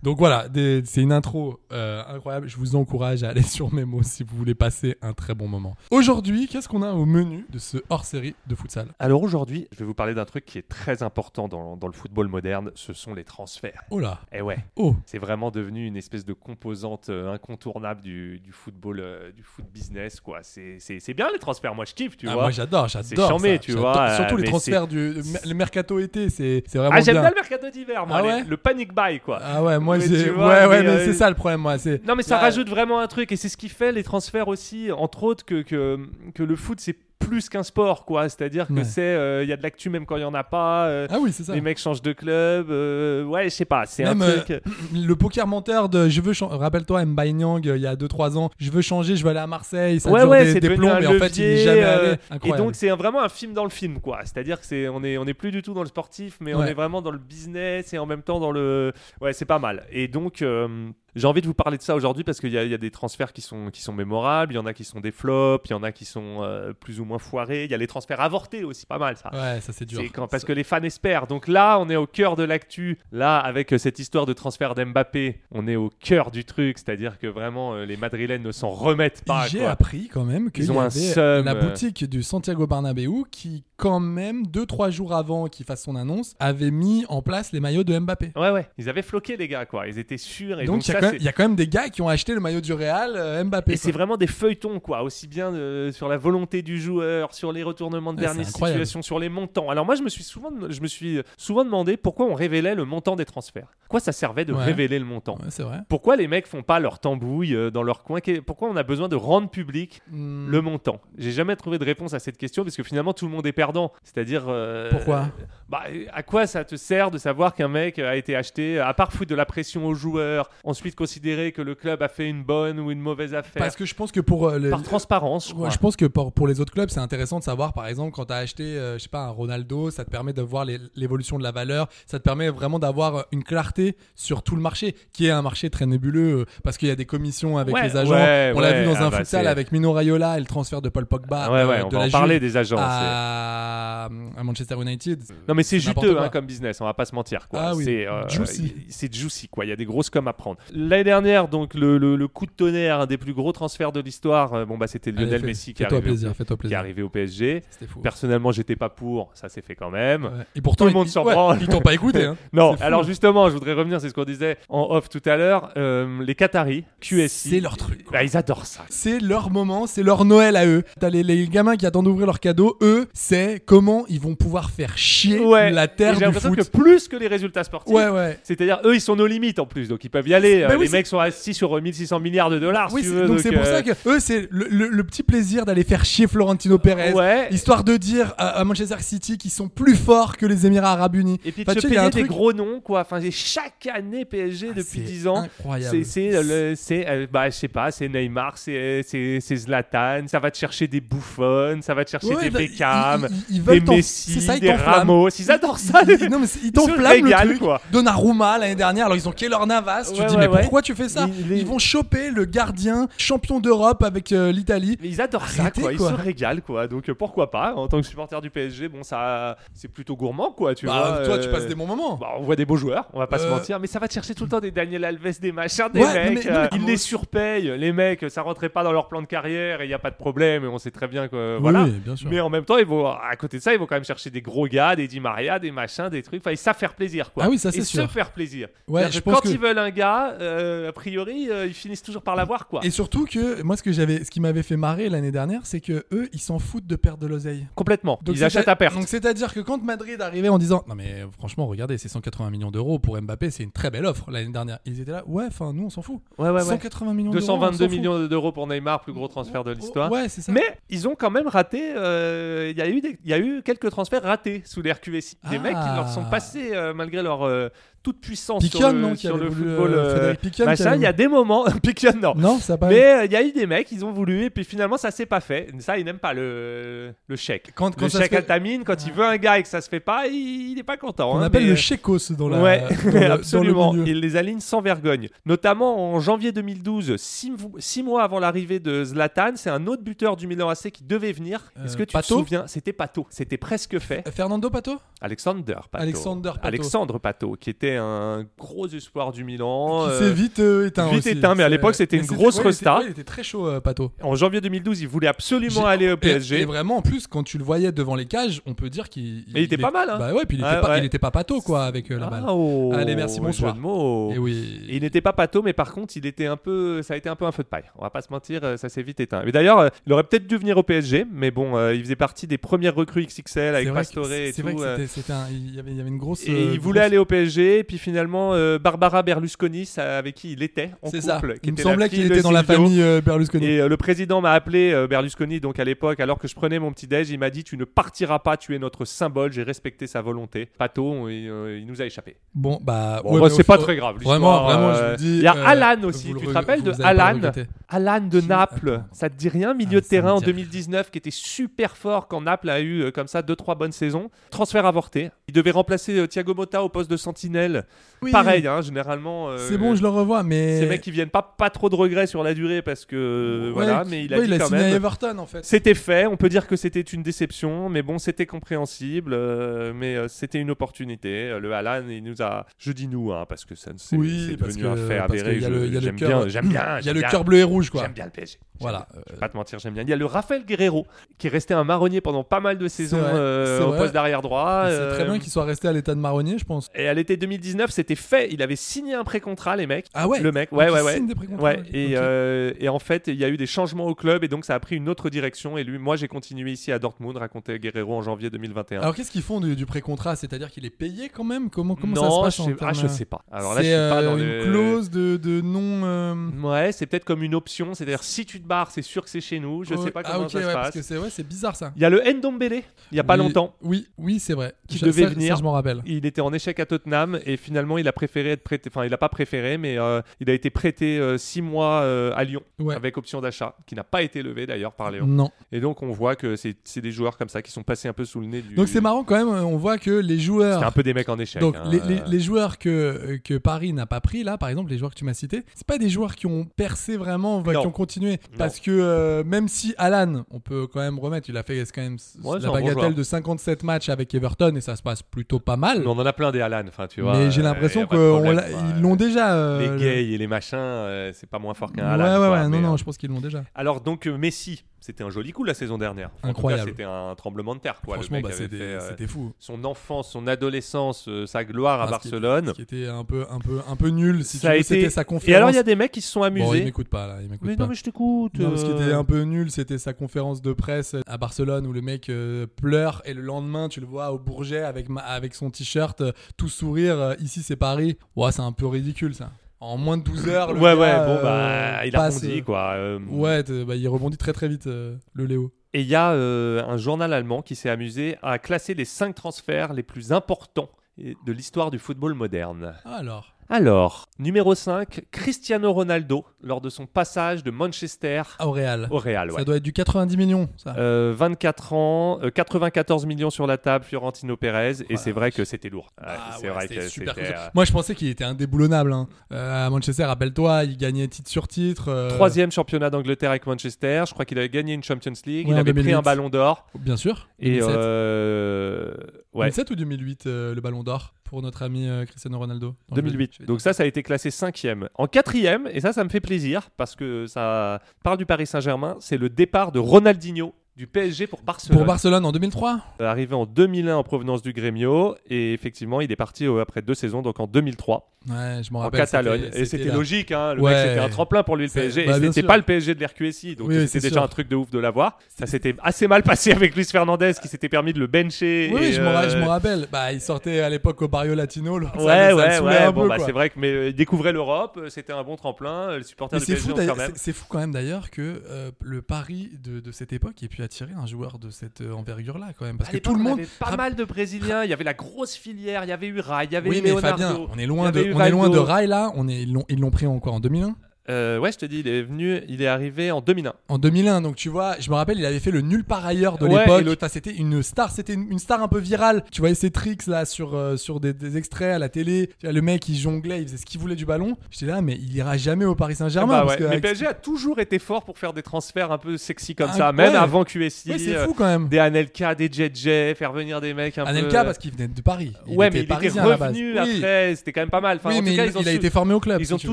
Donc voilà, des- c'est une intro euh, incroyable. Je vous encourage à aller (laughs) sur Memo si vous voulez passer un très bon moment. Aujourd'hui, qu'est-ce qu'on a au menu de ce hors-série de futsal Alors aujourd'hui, je vais vous parler d'un truc qui est très important dans, dans le football moderne, ce sont les transferts. Oh là. Eh ouais Oh. C'est vraiment devenu une espèce de composante euh, incontournable du, du football, euh, du foot business, quoi. C'est c'est- c'est bien les transferts, moi je kiffe, tu Ah, vois. moi j'adore, C'est j'adore. charmé, ça. tu J'adore. vois. Surtout euh, les mais transferts c'est- du le mercato été, c'est c'est vraiment Ah, j'aime bien. bien le mercato d'hiver, moi. Ah les- ouais le panic buy, quoi. Ah ouais, moi Mais j'ai. tu Ouais, vois, ouais, mais euh, c'est ça Bah, le problème, moi. c'est- Non, mais ça Là, rajoute vraiment un truc. Et c'est ce qui fait les transferts aussi, entre autres, que, que, que le foot, c'est plus qu'un sport, quoi. C'est-à-dire que Ouais. c'est. euh, Il y a de l'actu même quand il n'y en a pas. euh, Ah oui, c'est ça. Les mecs changent de club. euh, ouais, je sais pas. C'est un Même truc. euh, (clears throat) le poker menteur de je veux chan- rappelle-toi Mbaye Nyang euh, il y a 2 3 ans, je veux changer, je veux aller à Marseille, ça ouais, dure ouais, des, c'est des devenu plombs un mais en fait il levier, est jamais euh, allé. et Incroyable. donc c'est un- vraiment un film dans le film, quoi. C'est-à-dire que c'est on est on est plus du tout dans le sportif, mais on Ouais. est vraiment dans le business et en même temps dans le ouais, c'est pas mal. Et donc euh, j'ai envie de vous parler de ça aujourd'hui parce qu'il y, a- il y a des transferts qui sont qui sont mémorables, il y en a qui sont des flops, il y en a qui sont euh, plus ou moins foirés, il y a les transferts avortés aussi, pas mal ça. Ouais, ça c'est dur. C'est quand- parce que les fans espèrent. Donc là, on est au cœur de l'actu. Là, avec euh, cette histoire de transfert d'Mbappé, on est au cœur du truc. C'est-à-dire que vraiment, euh, les Madrilènes ne s'en remettent pas. J'ai quoi. appris quand même qu'il Ils y ont un avait seum, la euh. boutique du Santiago Bernabéu qui, quand même, 2-3 jours avant qu'il fasse son annonce, avait mis en place les maillots de Mbappé. Ouais, ouais. Ils avaient floqué, les gars, quoi. Ils étaient sûrs. Et donc, donc il y a ça, quand même- c'est- il y, a quand même des gars qui ont acheté le maillot du Real euh, Mbappé. Et c'est quoi. vraiment des feuilletons, quoi. Aussi bien euh, sur la volonté du joueur, sur les retournements de Ouais, dernière c'est incroyable. situation, sur les montants. Alors moi, je me suis souvent, je me suis souvent demandé pourquoi on révélait le montant des transferts. Quoi ça servait de Ouais. révéler le montant Ouais, c'est vrai. Pourquoi les mecs font pas leur tambouille euh, dans leur coin Qu'est- Pourquoi on a besoin de rendre public Hmm. le montant J'ai jamais trouvé de réponse à cette question parce que finalement tout le monde est perdant. C'est-à-dire euh, Pourquoi bah, À quoi ça te sert de savoir qu'un mec a été acheté À part foutre de la pression aux joueurs, ensuite considérer que le club a fait une bonne ou une mauvaise affaire. Parce que je pense que pour euh, le- Par transparence, je Ouais, crois. je pense que pour, pour les autres clubs, c'est intéressant de savoir, par exemple, quand tu as acheté, euh, je sais pas, un Ronaldo, ça te permet de voir les- l'évolution de la valeur, ça te permet vraiment d'avoir euh, une clarté sur tout le marché, qui est un marché très nébuleux, euh, parce qu'il y a des commissions avec Ouais, les agents. ouais, on l'a ouais, vu dans ah un bah, futsal c'est- avec Mino Raiola et le transfert de Paul Pogba. Ah ouais, euh, ouais, on de va la en parler Juve des agents, À, à Manchester United. Non mais c'est n'importe juteux quoi. hein, comme business, on va pas se mentir quoi. Ah oui, C'est euh, juicy. y- c'est juicy quoi. Il y a des grosses coms à prendre. L'année dernière donc le, le- le coup de tonnerre, un des plus gros transferts de l'histoire. euh, bon bah c'était Allez, Lionel fais- Messi qui est, Ah, fais-toi arrivé plaisir, au, fais-toi qui est plaisir. arrivé au PSG. C'était fou. Personnellement j'étais pas pour, ça s'est fait quand même. Ouais. Et Tout pourtant, le ils- monde ils- s'en ouais, branle. ils (laughs) t'ont pas écouté, hein. non, C'est fou. alors justement, je voudrais revenir, c'est ce qu'on disait en off tout à l'heure. euh, les Qataris, QSI. C'est leur truc, quoi. Bah, ils adorent ça. C'est leur moment, c'est leur Noël à eux. T'as les, les gamins qui attendent d'ouvrir leur cadeau, eux, c'est comment ils vont pouvoir faire chier Ouais. la Et terre J'ai du l'impression foot. que plus que les résultats sportifs. Ouais, ouais. C'est-à-dire, eux, ils sont nos limites en plus, donc ils peuvent y aller. Bah Euh, oui, les c'est- mecs sont assis sur euh, 1600 milliards de dollars. si Oui, tu c'est- veux, donc c'est pour euh, ça que eux, c'est le, le- le petit plaisir d'aller faire chier Florentino Pérez, Ouais. histoire de dire à, à Manchester City qu'ils sont plus forts que les Émirats Arabes Unis. Et puis de Enfin, se tu sais, il y a payer un des truc- Ah, gros noms, quoi. Enfin, j'ai chaque année PSG depuis c'est 10 ans. incroyable. C'est- C'est, euh, le- c'est, euh, bah, je sais pas, c'est Neymar, c'est, euh, c'est, c'est Zlatan, ça va te chercher des Buffon, ça va te chercher Ouais, des bah, ils- Beckham, ils- ils- ils veulent des t'en- Messi, c'est ça, ils des t'enflamment. Ramos. Ils adorent ça. Ils- les- ils- non, mais c'est- ils se t'enflamment le régalent, truc. quoi. Donnarumma l'année dernière, alors ils ont Keylor Navas. Tu Ouais, dis, ouais, mais ouais. pourquoi tu fais ça Il- il- Ils vont choper le gardien champion d'Europe avec euh, l'Italie. Mais ils adorent Arrêtez, ça, quoi. Ils quoi. se régalent, quoi. Donc euh, pourquoi pas En tant que supporter du PSG, bon, ça, c'est plutôt gourmand, quoi. Tu Bah, vois, toi, euh, tu passes des bons moments. Bah, on voit des beaux joueurs, on va pas se Euh. mentir, mais ça va te chercher tout le temps des Daniel Alves, des machins, des Ouais, non, mecs. mais- non, mais- euh, ils les surpayent, les mecs, ça rentrait pas dans leur plan de carrière et il y a pas de problème et on sait très bien que Oui, euh, voilà. oui, bien sûr. Mais en même temps, ils vont à côté de ça, ils vont quand même chercher des gros gars, des Di Maria, des machins, des trucs. Enfin, ils savent faire plaisir, quoi. Ah oui, ça, c'est Et sûr. se faire plaisir. Ouais, C'est-à-dire que je pense quand que- ils veulent un gars, euh, a priori, euh, ils finissent toujours par l'avoir, quoi. Et surtout que moi, ce que j'avais, ce qui m'avait fait marrer l'année dernière, c'est que eux, ils s'en foutent de perdre de l'oseille. Complètement. Donc, ils c'est- achètent à perte. Donc c'est-à-dire que quand Madrid arrivait en disant non mais franchement regardez c'est 180 millions d'euros pour Mbappé c'est une très belle offre l'année dernière ils étaient là ouais enfin nous on s'en fout Ouais, ouais, ouais. 180 millions d'euros on 222 s'en fout. Oh, millions d'euros pour Neymar, plus gros transfert de l'histoire. ouais, c'est ça. Mais ils ont quand même raté. euh, Il y, a eu des- il y a eu quelques transferts ratés sous les RQSI. Des Ah. mecs qui leur sont passés euh, malgré leur euh, toute puissance Piquion, sur le, non, qui sur avait le voulu, football. euh, Frédéric Piquion, qui machin. avait- Il y a des moments. (laughs) Piquion, non. non ça a pas Mais euh, il y a eu des mecs, ils ont voulu, et puis finalement ça s'est pas fait. Ça, ils n'aiment pas le, le chèque. Quand- quand le ça chèque se fait- Altamine, quand il veut un gars et que ça se fait pas, il n'est pas content. on hein, appelle mais- le chécos dans la ouais, (laughs) dans le- dans le absolument. milieu. Il les aligne sans vergogne. Notamment en janvier 2012, six, mo- six mois avant l'arrivée de Zlatan, c'est un autre buteur du Milan AC qui devait venir. Euh, Est-ce que tu Pato te souviens C'était Pato. C'était presque fait. Fernando Pato Alexander Pato. Alexander Pato. Alexandre Pato, qui était était un gros espoir du Milan. Qui euh, s'est vite euh, éteint vite aussi. éteint, mais à C'est- l'époque, c'était mais une grosse ouais, il était- resta. ouais, il était très chaud, euh, Pato. En janvier 2012, il voulait absolument J'ai- aller au et- PSG. Et, vraiment, en plus, quand tu le voyais devant les cages, on peut dire qu'il. Mais il était pas mal, hein. Bah ouais, puis il était, Ouais, pas, ouais. il était pas Pato, quoi, avec euh, la balle. Ah, oh, Allez, merci, bonsoir. jeu de mots. Et oui. Et il n'était pas pato, mais par contre, il était un peu, ça a été un peu un feu de paille. On va pas se mentir, euh, ça s'est vite éteint. Mais d'ailleurs, euh, il aurait peut-être dû venir au PSG, mais bon, euh, il faisait partie des premières recrues XXL C'est avec vrai que- Pastore et C'est tout. vrai que euh, c'était- c'était un- il, y avait, il y avait une grosse. et euh, il voulait aller au PSG, et puis finalement, euh, Barbara Berlusconi, ça- avec qui il était en C'est couple, ça. qui Il me était la semblait fille qu'il de était dans la Silvio. famille euh, Berlusconi. Et euh, le président m'a appelé euh, Berlusconi, donc à l'époque, alors que je prenais mon petit déj, il m'a dit Tu ne partiras pas, tu es notre symbole, j'ai respecté sa volonté. Pato, on- il, euh, il nous a échappé. Bon, bah. Bon, ouais, bah, mais au c'est pas fond- très grave. Vraiment, l'histoire, vraiment, je vous euh, le dis. Il y a euh, Alan aussi, vous le tu te reg- rappelles vous de allez pas le Alan regretter. Alan de Qui- Ah, Naples, ça te dit rien, milieu de ça me terrain en dit 2019 qui était super fort quand Naples a eu euh, comme ça 2-3 bonnes saisons. Transfert avorté. Il devait remplacer euh, Thiago Motta au poste de sentinelle. Oui. Pareil, hein, généralement. euh, C'est bon, je le revois, mais. ces mecs qui viennent pas, pas trop de regrets sur la durée parce que euh, Ouais, voilà, qui- mais il a ouais, dit il a quand signé même. à Everton, en fait. C'était fait, on peut dire que c'était une déception, mais bon, c'était compréhensible, euh, mais euh, c'était une opportunité. Euh, Le Alan, il nous a, je dis nous, hein, parce que ça ne s'est Oui, c'est parce devenu que- un fait parce avéré. qu'il y a je- le- il y a le J'aime cœur- bien, j'aime bien, il y a j'aime le bien. cœur bleu et rouge, quoi. J'aime bien le PSG. J'aime Voilà, euh, bien. Je vais pas te mentir, j'aime bien. Il y a le Rafael Guerrero qui est resté un marronnier pendant pas mal de saisons vrai, euh, c'est au vrai. poste d'arrière droit. Et euh, ah. C'est très bien qu'il soit resté à l'état de marronnier, je pense. et à l'été 2019, c'était fait. Il avait signé un pré-contrat, les mecs. Ah ouais Le mec, Donc ouais, il ouais, ouais. signe des pré-contrats, Ouais, ouais. Et, Ok. euh, et en fait, il y a eu des changements au club et donc ça a pris une autre direction. Et lui, moi, j'ai continué ici à Dortmund, racontait Guerrero en janvier 2021. Alors qu'est-ce qu'ils font du, du pré-contrat C'est-à-dire qu'il est payé quand même Comment, comment Non, ça se passe je en sais- ah, termes- je sais pas. Alors là, je C'est, suis pas dans le- euh, une clause de, de non. euh, Ouais, c'est peut-être comme une option. C'est-à-dire, si tu te barres, c'est sûr que c'est chez nous. Je oh, sais pas ah, comment ok, ça se ouais, passe. Parce que c'est ouais, c'est bizarre ça. Il y a le Ndombele, il y a pas Oui, longtemps. Oui, oui, c'est vrai. qui Je- devait ça- venir. ça, je m'en rappelle. Il était en échec à Tottenham et finalement il a préféré être prêté. Enfin, il n'a pas préféré, mais euh, il a été prêté 6 mois euh, à Lyon Ouais. Mm. avec option d'achat, qui n'a pas été levée d'ailleurs par Léon. Non. Et donc on voit que c'est c'est des joueurs comme ça qui sont passés un peu sous le nez du. Donc c'est marrant quand même. On voit que les joueurs. C'était un peu des mecs en échec. Donc hein. les, les- les joueurs que, que Paris n'a pas pris là, par exemple les joueurs que tu m'as cités, c'est pas des joueurs qui ont percé vraiment, enfin, Non. qui ont continué, parce que euh, même si Alan, on peut quand même remettre, il a fait quand même s- Ouais, c'est la un bon bagatelle joueur. de 57 matchs avec Everton et ça se passe plutôt pas mal. Mais On en a plein des Alan, enfin tu vois. mais j'ai euh, y l'impression a pas de problème, quoi. qu'ils l'ont déjà. euh, Les gays et les machins, euh, c'est pas moins fort le- qu'un ouais, Alan. ouais, quoi, ouais, non, mais, non, euh, je pense qu'ils l'ont déjà. Alors donc euh, Messi, c'était un joli coup la saison dernière. En tout cas, Incroyable. C'était un tremblement de terre quoi. Le Franchement, mec bah, avait c'est des- fait, euh, c'était fou. Son enfance, son adolescence, euh, sa gloire à Enfin, Ah, ce qui était- Barcelone. Ce qui était un peu, un peu, un peu nul, si Ça tu a veux, été- c'était sa conférence. Et alors il y a des mecs qui se sont Bon, il amusés. m'écoute pas là, il m'écoute mais pas. non mais je t'écoute. Non, ce qui euh. était un peu nul, c'était sa conférence de presse à Barcelone où le mec euh, pleure et le lendemain, tu le vois au Bourget avec, ma- avec son t-shirt, euh, tout sourire, euh, ici c'est Paris. Ouais, c'est un peu ridicule ça. En moins de 12 heures, le Ouais gars, ouais euh, bon bah il a passe, rebondi euh, quoi. euh. Ouais, t- bah, il rebondit très très vite, euh, le Léo. Et il y a euh, un journal allemand qui s'est amusé à classer les cinq transferts les plus importants et- de l'histoire du football moderne. Ah, alors. Alors, numéro 5, Cristiano Ronaldo, lors de son passage de Manchester Ah, au Real. au Real. Ça ouais. doit être du 90 millions, ça. Euh, 24 ans, euh, 94 millions sur la table, Fiorentino Pérez, et c'est vrai que c'était lourd. Ouais, Ah c'est ouais, vrai c'était que super c'était, costaud. euh, Moi, je pensais qu'il était indéboulonnable. hein. Euh, à Manchester, rappelle-toi, il gagnait titre sur titre. euh, Troisième championnat d'angleterre avec Manchester, je crois qu'il avait gagné une Champions League, Ouais, il en avait 2008. pris un ballon d'or. Bien sûr. Et 2007. euh, ouais, 2007 ou 2008, euh, le ballon d'or pour notre ami euh, Cristiano Ronaldo Non, je vais- je 2008. vais Donc dire. ça, ça a été classé cinquième. En quatrième, et ça, ça me fait plaisir parce que ça parle du Paris Saint-Germain, c'est le départ de Ronaldinho du PSG pour Barcelone. Euh, Pour Barcelone en 2003 Arrivé en 2001 en provenance du Grêmio, et effectivement, il est parti euh, après deux saisons, donc en 2003, Ouais, je m'en en rappelle. Catalogne. Et c'était la- logique, hein, le Ouais. mec, c'était un tremplin pour lui le C'est- PSG. bah, et bien c'était sûr. pas le PSG de l'RQSI, donc Oui, euh, oui, c'était c'est déjà sûr. un truc de ouf de l'avoir. Ça s'était assez mal passé avec Luis Fernandez qui s'était permis de le bencher. Oui, oui, et, je m'en ra- je euh, m'en rappelle. Bah, il sortait à l'époque au Barrio Latino. là, ça- ça Ouais, le ouais, saoulait ouais. un Bon, peu, bah, quoi. c'est vrai que mais euh, il découvrait l'Europe, euh, c'était un bon tremplin. euh, Le supporter Mais du c'est PSG fou, en d'ailleurs- quand même. c'est- c'est fou quand même d'ailleurs que euh, le pari de, de cette époque ait pu attirer un joueur de cette euh, envergure-là quand même. Parce À que l'époque, tout le on monde. avait pas Rap- mal de Brésiliens. Il y avait la grosse filière. Il y avait eu Rai, il y avait Oui, eu mais Leonardo. Fabien, on est il y loin avait de, eu on est loin de Valdo. Rai là. On est, ils l'ont ils l'ont pris en quoi En 2001 Euh, ouais, je te dis, il est venu, il est arrivé en 2001. En 2001, donc tu vois, je me rappelle, il avait fait le nulle part ailleurs de Ouais, et l'époque. le- Enfin, c'était une star, c'était une, une star un peu virale. Tu voyais ses tricks là sur euh, sur des, des extraits à la télé. Tu vois, le mec, il jonglait, il faisait ce qu'il voulait du ballon. J'étais là, mais il ira jamais au Paris Saint-Germain. Ah bah parce ouais. que Mais avec- PSG a toujours été fort pour faire des transferts un peu sexy comme Ah, ça, même ouais. avant QSI. Ouais, c'est euh, fou, quand même. Des Anelka, des JJ, faire venir des mecs un peu. euh, Anelka, parce qu'il venait de Paris. Il ouais, était mais il était parisien à la base. revenu Oui. après, c'était quand même pas mal. Enfin, Oui, en tout mais cas, il- ils ont il a su- été formé au club, Ils si ont tu veux,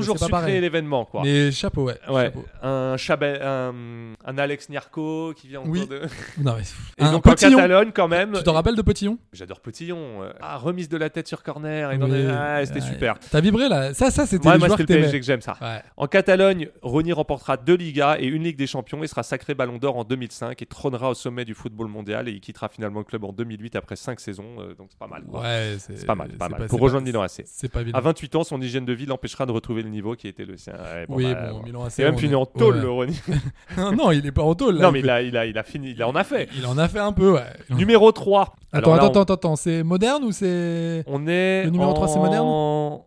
toujours c'est pas su pareil. créer l'événement, quoi. Mais chapeau, ouais, ouais. chapeau. Un, Chabel- un, un Alex Niarco qui vient en Oui. cours de. Non, mais- Et Un donc Potillon. en Catalogne, quand même. Tu t'en rappelles de Potillon J'adore Potillon. euh, Ah, remise de la tête sur corner. et dans Oui. des- Ah, c'était Ouais. super. T'as vibré là Ça, ça c'était Moi, le moi, joueur c'était que le t'aimais. Ah. PSG que j'aime ça. Ouais. En Catalogne, Rony remportera deux Ligas et une Ligue des Champions et sera sacré Ballon d'Or en 2005 et trônera au sommet du football mondial et il quittera finalement le club en 2008 après cinq saisons. euh, donc c'est pas mal. quoi. Ouais, c'est- c'est pas mal. Pas c'est mal. pas- Pour c'est rejoindre pas- Milan AC. c'est pas évident. À 28 ans, son hygiène de vie l'empêchera de retrouver le niveau qui était le sien. Ouais, Oui, bah, bon, bon. Milan AC, Il est même on fini est- en tôle, ouais. le Rony. (laughs) Non, non, il est pas en tôle. là. non, mais il a, il, a, il a fini. Il en a fait. Il en a fait un peu, ouais. Numéro 3. Attends, attends, attends, attends, c'est moderne ou c'est. On est. Le numéro 3, c'est moderne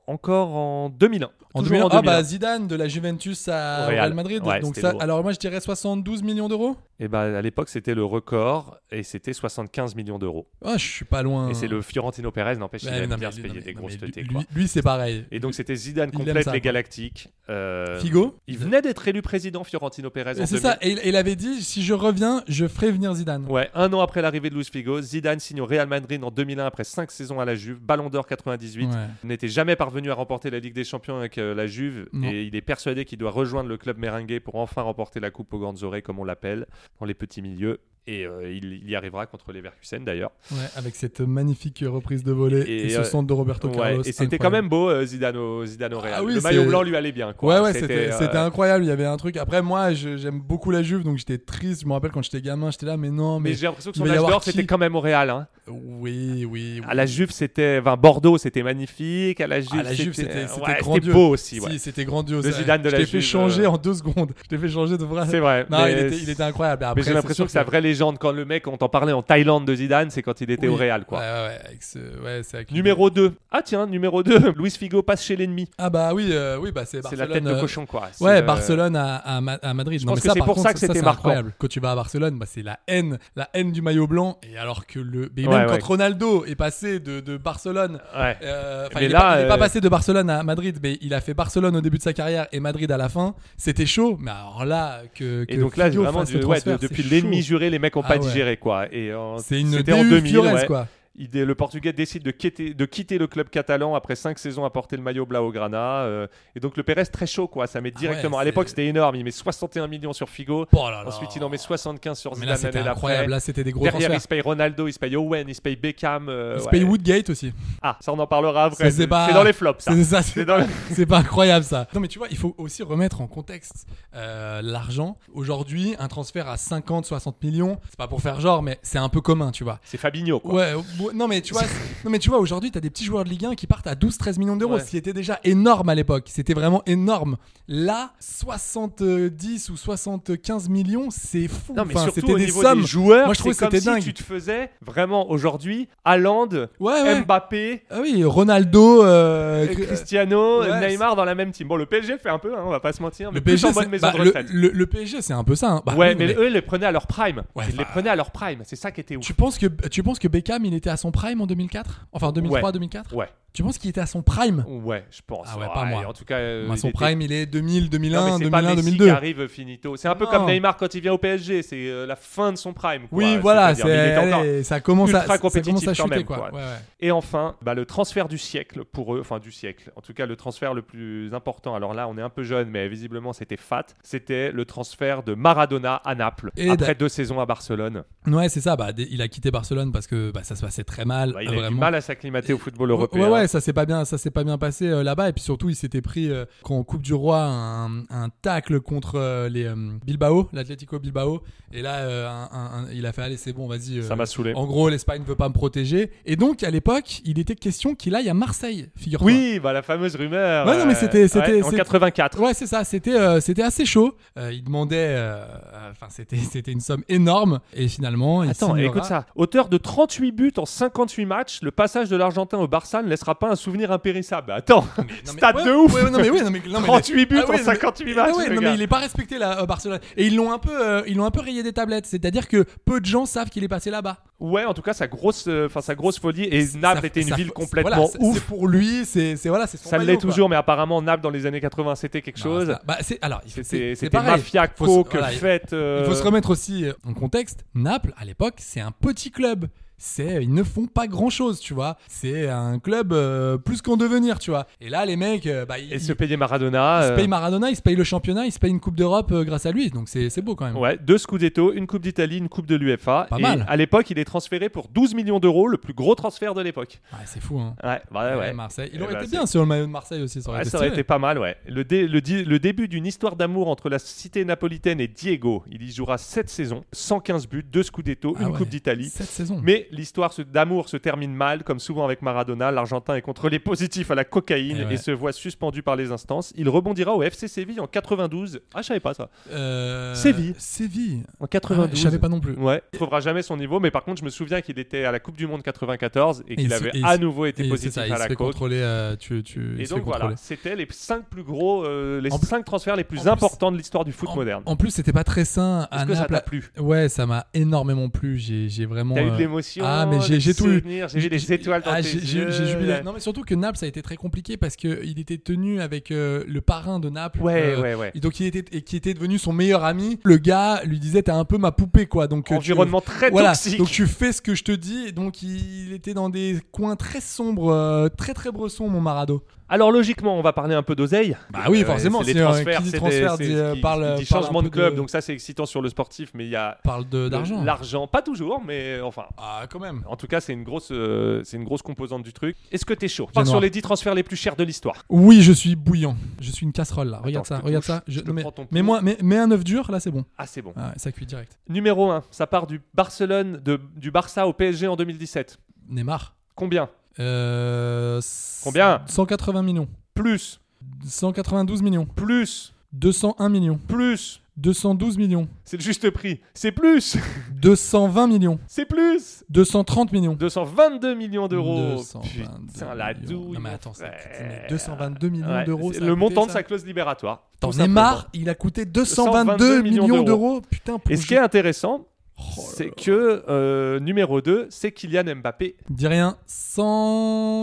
Encore en 2001. En Toujours 2001. en Ah bah Zidane de la Juventus à Au Real. Real Madrid. Ouais, donc c'était ça, lourd. alors moi je dirais 72 millions d'euros. Et bah, à l'époque, c'était le record et c'était 75 millions d'euros. Ah, je suis pas loin. Et c'est le Fiorentino Pérez, n'empêche, Ouais, il Bah non, aime mais bien lui- se non, payer mais- des non, grosses mais têtes. lui- lui, c'est pareil. Et donc, c'était Zidane il aime complète ça, les quoi. Galactiques. euh, Figo Il venait d'être élu président, Fiorentino Pérez. en Et C'est ça, 2000. et il, il avait dit si je reviens, je ferai venir Zidane. Ouais, un an après l'arrivée de Luis Figo, Zidane signe au Real Madrid en 2001 après 5 saisons à la Juve, Ballon d'Or 98. Ouais. N'était jamais parvenu à remporter la Ligue des Champions avec euh, la Juve Non. et il est persuadé qu'il doit rejoindre le club merengue pour enfin remporter la Coupe aux grandes oreilles, comme on l'appelle, dans les petits milieux. Et euh, il, il y arrivera contre les Verkusen d'ailleurs. Ouais, avec cette magnifique reprise de volée et, ce euh, centre de Roberto ouais, Carlos. Et c'était incroyable. quand même beau, euh, Zidane, au, Zidane au Real. Ah oui, le maillot c'est- blanc lui allait bien. Quoi. Ouais, ouais, c'était euh, c'était incroyable. Il y avait un truc. Après, moi, je- j'aime beaucoup la Juve, donc j'étais triste. Je me rappelle quand j'étais gamin, j'étais là, mais non. Mais, Mais j'ai l'impression que il son va y âge avoir d'or, qui c'était quand même au Real. hein. Oui, oui, oui. À Ah, la Juve, c'était. Enfin, Bordeaux, c'était magnifique. À la Juve, Ah, la Juve, c'était c'était ouais, grandiose. beau aussi. Si, ouais. c'était grandiose. Le ouais. Zidane de la Je t'ai Juve. fait changer euh, en deux secondes. Je t'ai fait changer de vrai. C'est vrai. Non, il mais était, il c'est- était incroyable. Après, mais j'ai l'impression que ça sa vraie légende, quand le mec, on t'en parlait en Thaïlande de Zidane, c'est quand il était au Real, quoi. Ouais, ouais, ouais. avec ce- ouais, c'est avec- Numéro 2. Ah, tiens, numéro 2. (laughs) Luis Figo passe chez l'ennemi. Ah, bah oui, euh, oui bah, c'est C'est Barcelone. la tête de euh, cochon, quoi. C'est, Ouais, euh, Barcelone à, à Ma- à Madrid. Je Non, pense mais que ça, c'est par pour contre, ça que c'était c'est marquant. incroyable. Quand tu vas à Barcelone, bah, c'est la haine, la haine du maillot blanc. Et alors que le, mais Ouais, même ouais. quand Ronaldo est passé de, de Barcelone, Ouais. euh, enfin, Mais il n'est là, pas, il est pas euh, passé de Barcelone à Madrid, mais il a fait Barcelone au début de sa carrière et Madrid à la fin. C'était chaud, mais alors là que, que Et donc là, Figo vraiment, fasse du- le ouais, transfert, de- depuis c'est l'ennemi chaud. juré, les mecs n'ont Ah pas ouais. digéré, quoi. Et en- C'est une c'était en DU 2000, Fiorez, ouais. quoi. Il- le Portugais décide de quitter, de quitter le club catalan après 5 saisons à porter le maillot Blaugrana. euh, et donc le Pérez, très chaud, quoi. Ça met directement. Ah ouais, à l'époque, c'est- c'était énorme. Il met 61 millions sur Figo. Oh là là. Ensuite, il en met 75 sur Mais Zidane là, c'était l'année d'après. incroyable. Là, c'était des gros Derrière, il transferts. se paye Ronaldo, il se paye Owen, il se paye Beckham. euh, Il se ouais. paye Woodgate aussi. Ah, ça, on en parlera après. Ça, C'est pas- dans les flops, ça. C'est ça, c'est- C'est dans les- (laughs) c'est pas incroyable ça. Non mais tu vois, il faut aussi remettre en contexte euh, l'argent. Aujourd'hui, un transfert à 50, 60 millions, c'est pas pour faire genre, mais c'est un peu commun, tu vois. C'est Fabinho, quoi. Ouais, ouais, non mais tu vois, c'est- non mais tu vois aujourd'hui, t'as des petits joueurs de Ligue 1 qui partent à 12, 13 millions d'euros, Ouais. ce qui était déjà énorme à l'époque. C'était vraiment énorme. Là, 70 ou 75 millions, c'est fou. Non, mais Enfin, surtout c'était au des niveau sommes. des joueurs, Moi, je trouvais c'est que comme c'était si dingue. tu te faisais vraiment aujourd'hui Haaland, Ouais, ouais. Mbappé, Ah oui, Ronaldo, euh, euh, Cristiano, ouais, Neymar dans la même team. Bon, le PSG fait un peu, hein, on va pas se mentir, mais le plus PSG, en bonne c'est- maison bah, de le- retraite. le- le PSG, c'est un peu ça. hein. Bah ouais, oui, mais, eux, ils les prenaient à leur prime. Ouais, ils les bah- prenaient à leur prime. C'est ça qui était ouf. Tu penses que tu penses que Beckham il était à son prime en 2004 Enfin 2003 Ouais. 2004 Ouais. Tu penses qu'il était à son prime Ouais, je pense. Ah ouais, pas moi. En tout cas, euh, Moi, il son était- prime il est 2000 2001 Non, mais c'est pas 2001 Messi 2002. qui arrive finito. C'est un peu Non. comme Neymar quand il vient au PSG. C'est euh, la fin de son prime. quoi. oui, voilà, C'est-à-dire, il c'est est encore allez, ça commence à ultra ça compétitif commence à quand chuter même, quoi. quoi. Ouais, ouais. Et enfin, bah, le transfert du siècle pour eux, enfin du siècle, en tout cas le transfert le plus important, alors là on est un peu jeune mais visiblement c'était fat, c'était le transfert de Maradona à Naples, Et après d'a- deux saisons à Barcelone. Ouais, c'est ça. Bah, dé- il a quitté Barcelone parce que bah, ça se passait très mal. Bah, il euh, a eu du vraiment. mal à s'acclimater au football européen. Ouais, ouais, ça s'est pas bien, ça s'est pas bien passé euh, là-bas. Et puis surtout, il s'était pris euh, quand en Coupe du Roi un, un tacle contre euh, les euh, Bilbao, l'Atlético Bilbao. Et là, euh, un- un- un- il a fait allez, c'est bon, vas-y. euh, Ça m'a saoulé. En gros, l'Espagne veut pas me protéger. Et donc, à l'époque, il était question qu'il aille à Marseille. Figure-toi. Oui, bah, la fameuse rumeur. Ouais, non, mais euh, c'était- c'était- Oh, ouais, en c'est- 84. Ouais, c'est ça. C'était, euh, c'était assez chaud. Euh, il demandait, euh, euh, enfin, c'était, (laughs) c'était une somme énorme. Et finalement, il Attends, signera- écoute ça. Auteur de 38 buts en 58 matchs, le passage de l'Argentin au Barça ne laissera sera pas un souvenir impérissable. Bah, Attends, Non, mais- stade ouais, de ouf ouais, non, mais, oui, non, mais, (laughs) non, mais- 38 buts Ah en ouais, non, mais- 58 ah matchs, ouais, le non, mais gars. il est pas respecté là, à Barcelone. Et ils l'ont un peu, euh, ils l'ont un peu rayé des tablettes. C'est-à-dire que peu de gens savent qu'il est passé là-bas. Ouais, en tout cas, sa grosse, euh, enfin sa grosse folie. Et Naples Ça- était une ça- ville c'est- complètement voilà, c'est- C'est ouf. pour lui, c'est c'est- voilà, c'est son. Ça l'est maillot, quoi. toujours, mais apparemment Naples dans les années 80, c'était quelque Non, chose. ça- bah, c'est- alors, il faut- c'est- C'était c'est c'était pareil. mafia, Faut se- coke, voilà, il- fête. Il faut se euh, remettre aussi euh, en contexte. Naples, à l'époque, c'est un petit club. C'est, ils ne font pas grand chose, tu vois. C'est un club euh, plus qu'en devenir, tu vois. Et là, les mecs, euh, bah, ils, Et ils se se payer Maradona. euh, payent Maradona, ils se payent le championnat, ils se payent une Coupe d'Europe euh, grâce à lui. Donc c'est c'est beau quand même. Ouais, deux Scudetto, une Coupe d'Italie, une Coupe de l'UEFA. Pas et mal. À l'époque, il est transféré pour 12 millions d'euros, le plus gros transfert de l'époque. Ouais, c'est fou, hein. Ouais, ouais, ouais. Ouais, Marseille. Il Eh aurait ben, été c'est- bien sur le maillot de Marseille aussi. Ça aurait Ouais, été ça aurait stylé. été pas mal, ouais. Le, dé- le, di- le début d'une histoire d'amour entre la cité napolitaine et Diego. Il y jouera 7 saisons, 115 buts, 2 Scudetto, Ah une ouais, Coupe d'Italie. Cette saison. Mais l'histoire se- d'amour se termine mal, comme souvent avec Maradona. L'Argentin est contrôlé positif à la cocaïne Eh et, ouais. se voit suspendu par les instances. Il rebondira au FC Séville en 92. Ah, je savais pas ça. Euh, Séville. Séville. En Ah, 92. je savais pas non plus. Ouais, il trouvera jamais son niveau, mais par contre, je me souviens qu'il était à la Coupe du Monde 94 et Et il qu'il se- avait et il à se- nouveau été Et positif c'est ça, il à se la fait coke. contrôler. euh, tu, tu, il Et se fait donc voilà, contrôler. c'était les cinq plus gros, euh, les En plus- cinq transferts les plus en plus- importants de l'histoire du foot En- moderne. En plus, c'était pas très sain. à Est-ce que ça Naples. t'a plu Ouais, ça m'a énormément plu. J'ai j'ai vraiment. T'as eu euh, de l'émotion, Ah, mais j'ai des j'ai tout eu. souvenirs, j'ai vu des étoiles dans ah, tes j'ai- j'ai- j'ai yeux. jubilé. Non, mais surtout que Naples, ça a été très compliqué parce que il était tenu avec euh, le parrain de Naples. Ouais, euh, ouais, ouais. Et donc, il était, et qui était devenu son meilleur ami. Le gars lui disait T'es un peu ma poupée, quoi. Donc, euh, tu- Environnement très voilà, toxique. donc tu fais ce que je te dis. Et donc, il était dans des coins très sombres, euh, très très bressons, mon Marado. Alors logiquement, on va parler un peu d'oseille. Bah oui, Euh, forcément, c'est c'est les un- transferts, qui dit c'est transfert des, dit, c'est- euh, qui- parle- qui dit parle un changement peu de club, de- donc ça c'est excitant sur le sportif, mais il y a Parle de- le- d'argent. L'argent, pas toujours, mais euh, enfin. Ah, quand même. En tout cas, c'est une grosse, euh, c'est une grosse composante du truc. Est-ce que t'es chaud Part Genoa. sur les 10 transferts les plus chers de l'histoire. Oui, je suis bouillant. Je suis une casserole là. Regarde je ça, te regarde touche, ça. je te non, mais, prends ton pouls. mais moi, mais, mais un œuf dur, là c'est bon. Ah, c'est bon. Ah, ça cuit direct. Numéro 1, ça part du Barcelone, de, du Barça au PSG en 2017. Neymar. Combien Euh, Combien 180 millions. Plus, 192 millions. plus, 201 millions. plus. 212 millions. C'est le juste prix. C'est plus, (laughs) 220 millions. c'est plus. 230 millions. 222 millions d'euros. 222 Putain, la millions. douille. Non, mais mon attends, ça frère. coûte- mais 222 millions Ouais, d'euros, c'est ça a Le coûté montant de ça sa clause libératoire. Attends, Tout Neymar, simplement. il a coûté 222 millions, d'euros. Putain, pour Et ce qui est jouer- intéressant, Oh là c'est là. que euh, numéro 2, c'est Kylian Mbappé. Dis rien.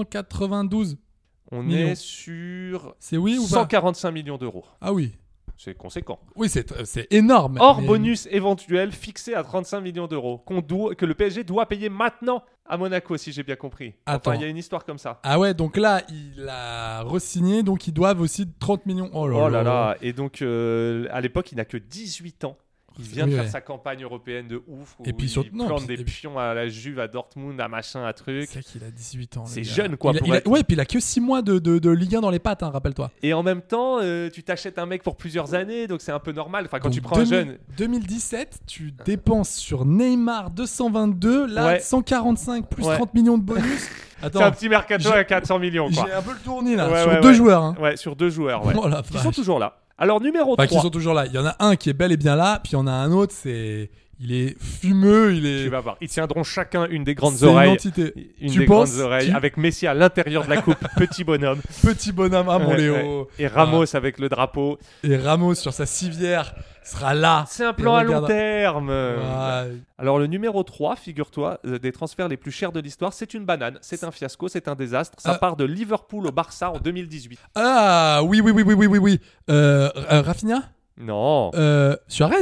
192. On Millions. est sur C'est oui ou pas 145 millions d'euros. Ah oui. C'est conséquent. Oui, c'est euh, c'est énorme. Hors Mais- bonus éventuel fixé à 35 millions d'euros, qu'on doit- que le PSG doit payer maintenant à Monaco, si j'ai bien compris. Attends. Enfin, il y a une histoire comme ça. Ah ouais, donc là, il a re-signé, donc ils doivent aussi 30 millions. Oh là Oh là là. là. Et donc, euh, à l'époque, il n'a que 18 ans. Il vient Oui, de faire ouais. sa campagne européenne de ouf. Où Et puis il surtout- non, plante puis- des pions à la Juve, à Dortmund, à machin, à truc. C'est qu'il a 18 ans. le C'est gars. jeune, quoi, Il a- pour il a- être- Ouais, puis il a que 6 mois de, de, de Ligue 1 dans les pattes, hein, rappelle-toi. Et en même temps, euh, tu t'achètes un mec pour plusieurs années, donc c'est un peu normal. Enfin, quand Donc, tu prends 2000 un jeune, 2017, tu dépenses sur Neymar 222, là Ouais. 145 plus Ouais. 30 millions (laughs) de bonus. Attends, c'est un petit mercato j'ai- à 400 millions, quoi. j'ai un peu le tourné là, Ouais, sur ouais, deux ouais. joueurs. hein. Ouais, sur deux joueurs, ouais. Oh la qui sont vache. toujours là. Alors, numéro 3. Enfin, qui sont toujours là. Il y en a un qui est bel et bien là, puis il y en a un autre, c'est. Il est fumeux, il est. Tu vas voir, ils tiendront chacun une des grandes C'est une oreilles. entité. Une Tu des penses grandes oreilles, Tu- avec Messi à l'intérieur de la (laughs) coupe, petit bonhomme. Petit bonhomme, hein, mon Ouais, Léo. ouais. Et Ramos avec le drapeau. Et Ramos sur sa civière sera là. C'est un Et plan à long regarde- terme. Ouais. Alors le numéro 3, figure-toi, euh, des transferts les plus chers de l'histoire, c'est une banane, c'est un fiasco, c'est un désastre. Ça Euh. part de Liverpool au Barça en 2018. Ah oui, oui, oui, oui, oui, oui. oui. Euh, euh, Rafinha Non, Euh, Suarez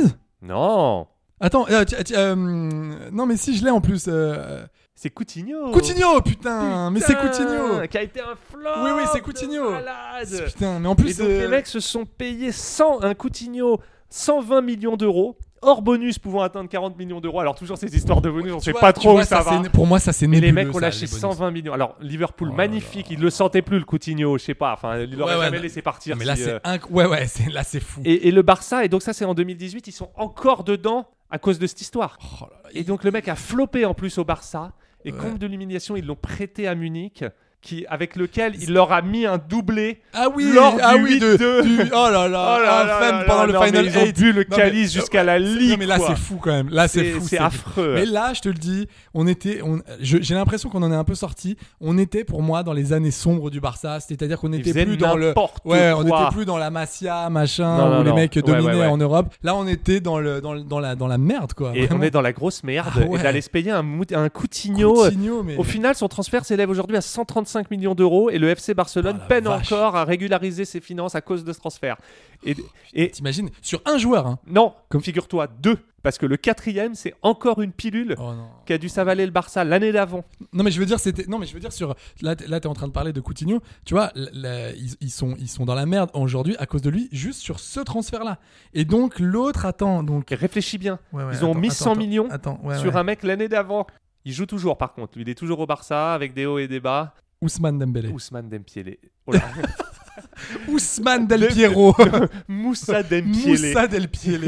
non. Attends, euh, ti- ti- euh, non mais si je l'ai en plus. euh, C'est Coutinho. Coutinho, putain, mais c'est Putain, Coutinho. Qui a été un flop. Oui, oui, c'est de Coutinho. Malade. Putain, mais en plus. Et donc, euh, les mecs se sont payés 100, un Coutinho 120 millions d'euros, hors bonus pouvant atteindre 40 millions d'euros. Alors, toujours ces histoires de bonus, on tu sait vois- pas tu trop vois, où ça, c'est va. né- Pour moi, ça c'est Mais les nébuleux, mecs ont ça, lâché les bonus. 120 millions. Alors, Liverpool, Oh là magnifique, là. il le sentait plus, le Coutinho, je sais pas. Enfin, il l'aurait Ouais, ouais, jamais non. laissé partir. Non, mais là, si, c'est euh, inc- Ouais, ouais, c'est- là, c'est fou. et, et le Barça, et donc ça, c'est en 2018, ils sont encore dedans à cause de cette histoire. Oh là là, Et donc, le mec a floppé en plus au Barça. Et Ouais. compte de l'humiliation, ils l'ont prêté à Munich. qui, avec lequel il leur a mis un doublé Ah oui, lors ah du oui, de- 8-2. du- oh Oh là là là, là infâme là pendant là, le non, mais Final ils ont Eight. bu le Non, calice mais- jusqu'à la Non, ligue, mais là quoi. c'est fou quand même. Là c'est C'est- fou. c'est fou. affreux. Mais là, je te le dis, on était, on- je- j'ai l'impression qu'on en est un peu sorti. On était pour moi dans les années sombres du Barça, c'est-à-dire qu'on n'était faisaient plus dans le, n'importe ouais, on quoi. n'était plus dans la Masia machin Non, non, où les non. mecs Ouais, dominaient ouais, ouais. en Europe. Là, on était dans le, dans, le- dans la, dans la merde quoi. Et on Vraiment. est dans la grosse merde. Ah ouais. Et d'aller se payer un, mout- un Coutinho. euh, Coutinho, mais- Au final, son transfert s'élève aujourd'hui à 135 millions d'euros et le FC Barcelone Oh la peine vache. Oh, encore à régulariser ses finances à cause de ce transfert. Et, et T'imagines sur un joueur. hein. non, figure-toi, deux. Parce que le quatrième, c'est encore une pilule Oh non. qui a dû s'avaler le Barça l'année d'avant. Non mais je veux dire c'était non mais je veux dire sur là t- là t'es en train de parler de Coutinho tu vois l- la- ils, ils sont ils sont dans la merde aujourd'hui à cause de lui juste sur ce transfert là et donc l'autre attend donc Et réfléchis bien. Ouais, ouais, Ils ont attends, mis attends, 100 attends, millions attends, ouais, sur ouais. un mec l'année d'avant. Il joue toujours, par contre. Lui, il est toujours au Barça avec des hauts et des bas. Ousmane Dembélé Ousmane Dempiélé. Oh là. Ousmane Del Piero (laughs) Moussa Dempiélé. Moussa Del Piero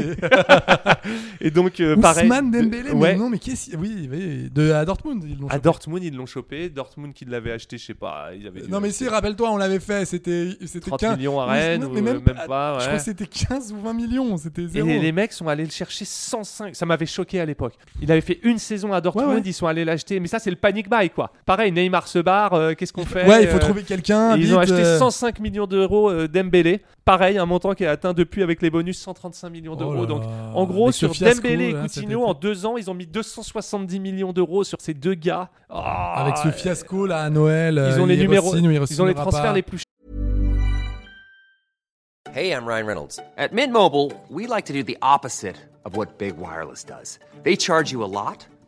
Et donc, (laughs) euh, pareil. Ousmane Dembélé mais Ouais. non mais qu'est-ce oui, oui de à Dortmund ils l'ont À chopé. Dortmund, ils l'ont chopé. Dortmund qui l'avait acheté, je sais pas. Ils avaient dû non mais acheter si rappelle-toi on l'avait fait c'était c'était 30 15 millions à Oui, Rennes non, ou mais même, pas. je ouais. crois que c'était 15 ou 20 millions c'était Et zéro les, les mecs sont allés le chercher 105. Ça m'avait choqué à l'époque. Il avait fait une saison à Dortmund, Ouais, ouais. ils sont allés l'acheter. Mais ça, c'est le panic buy, quoi. Pareil, Neymar se barre, euh, qu'est-ce qu'on fait ouais il faut Euh, trouver quelqu'un et Ils ont vite, acheté euh, 105 millions d'euros euh, Dembélé. Pareil, un montant qui a atteint depuis avec les bonus 135 millions Oh d'euros. là Donc, là. en gros, Avec ce sur fiasco, Dembélé et là, cet Coutinho, été. en deux ans, ils ont mis 270 millions d'euros sur ces deux gars. Ah, Avec ce fiasco là à Noël, Ils euh, ont les il numéros, re-signe ou il ils ont les re-signera transferts pas. les plus Hey, I'm Ryan Reynolds. At Mint Mobile, we like to do the opposite of what Big Wireless does. They charge you a lot,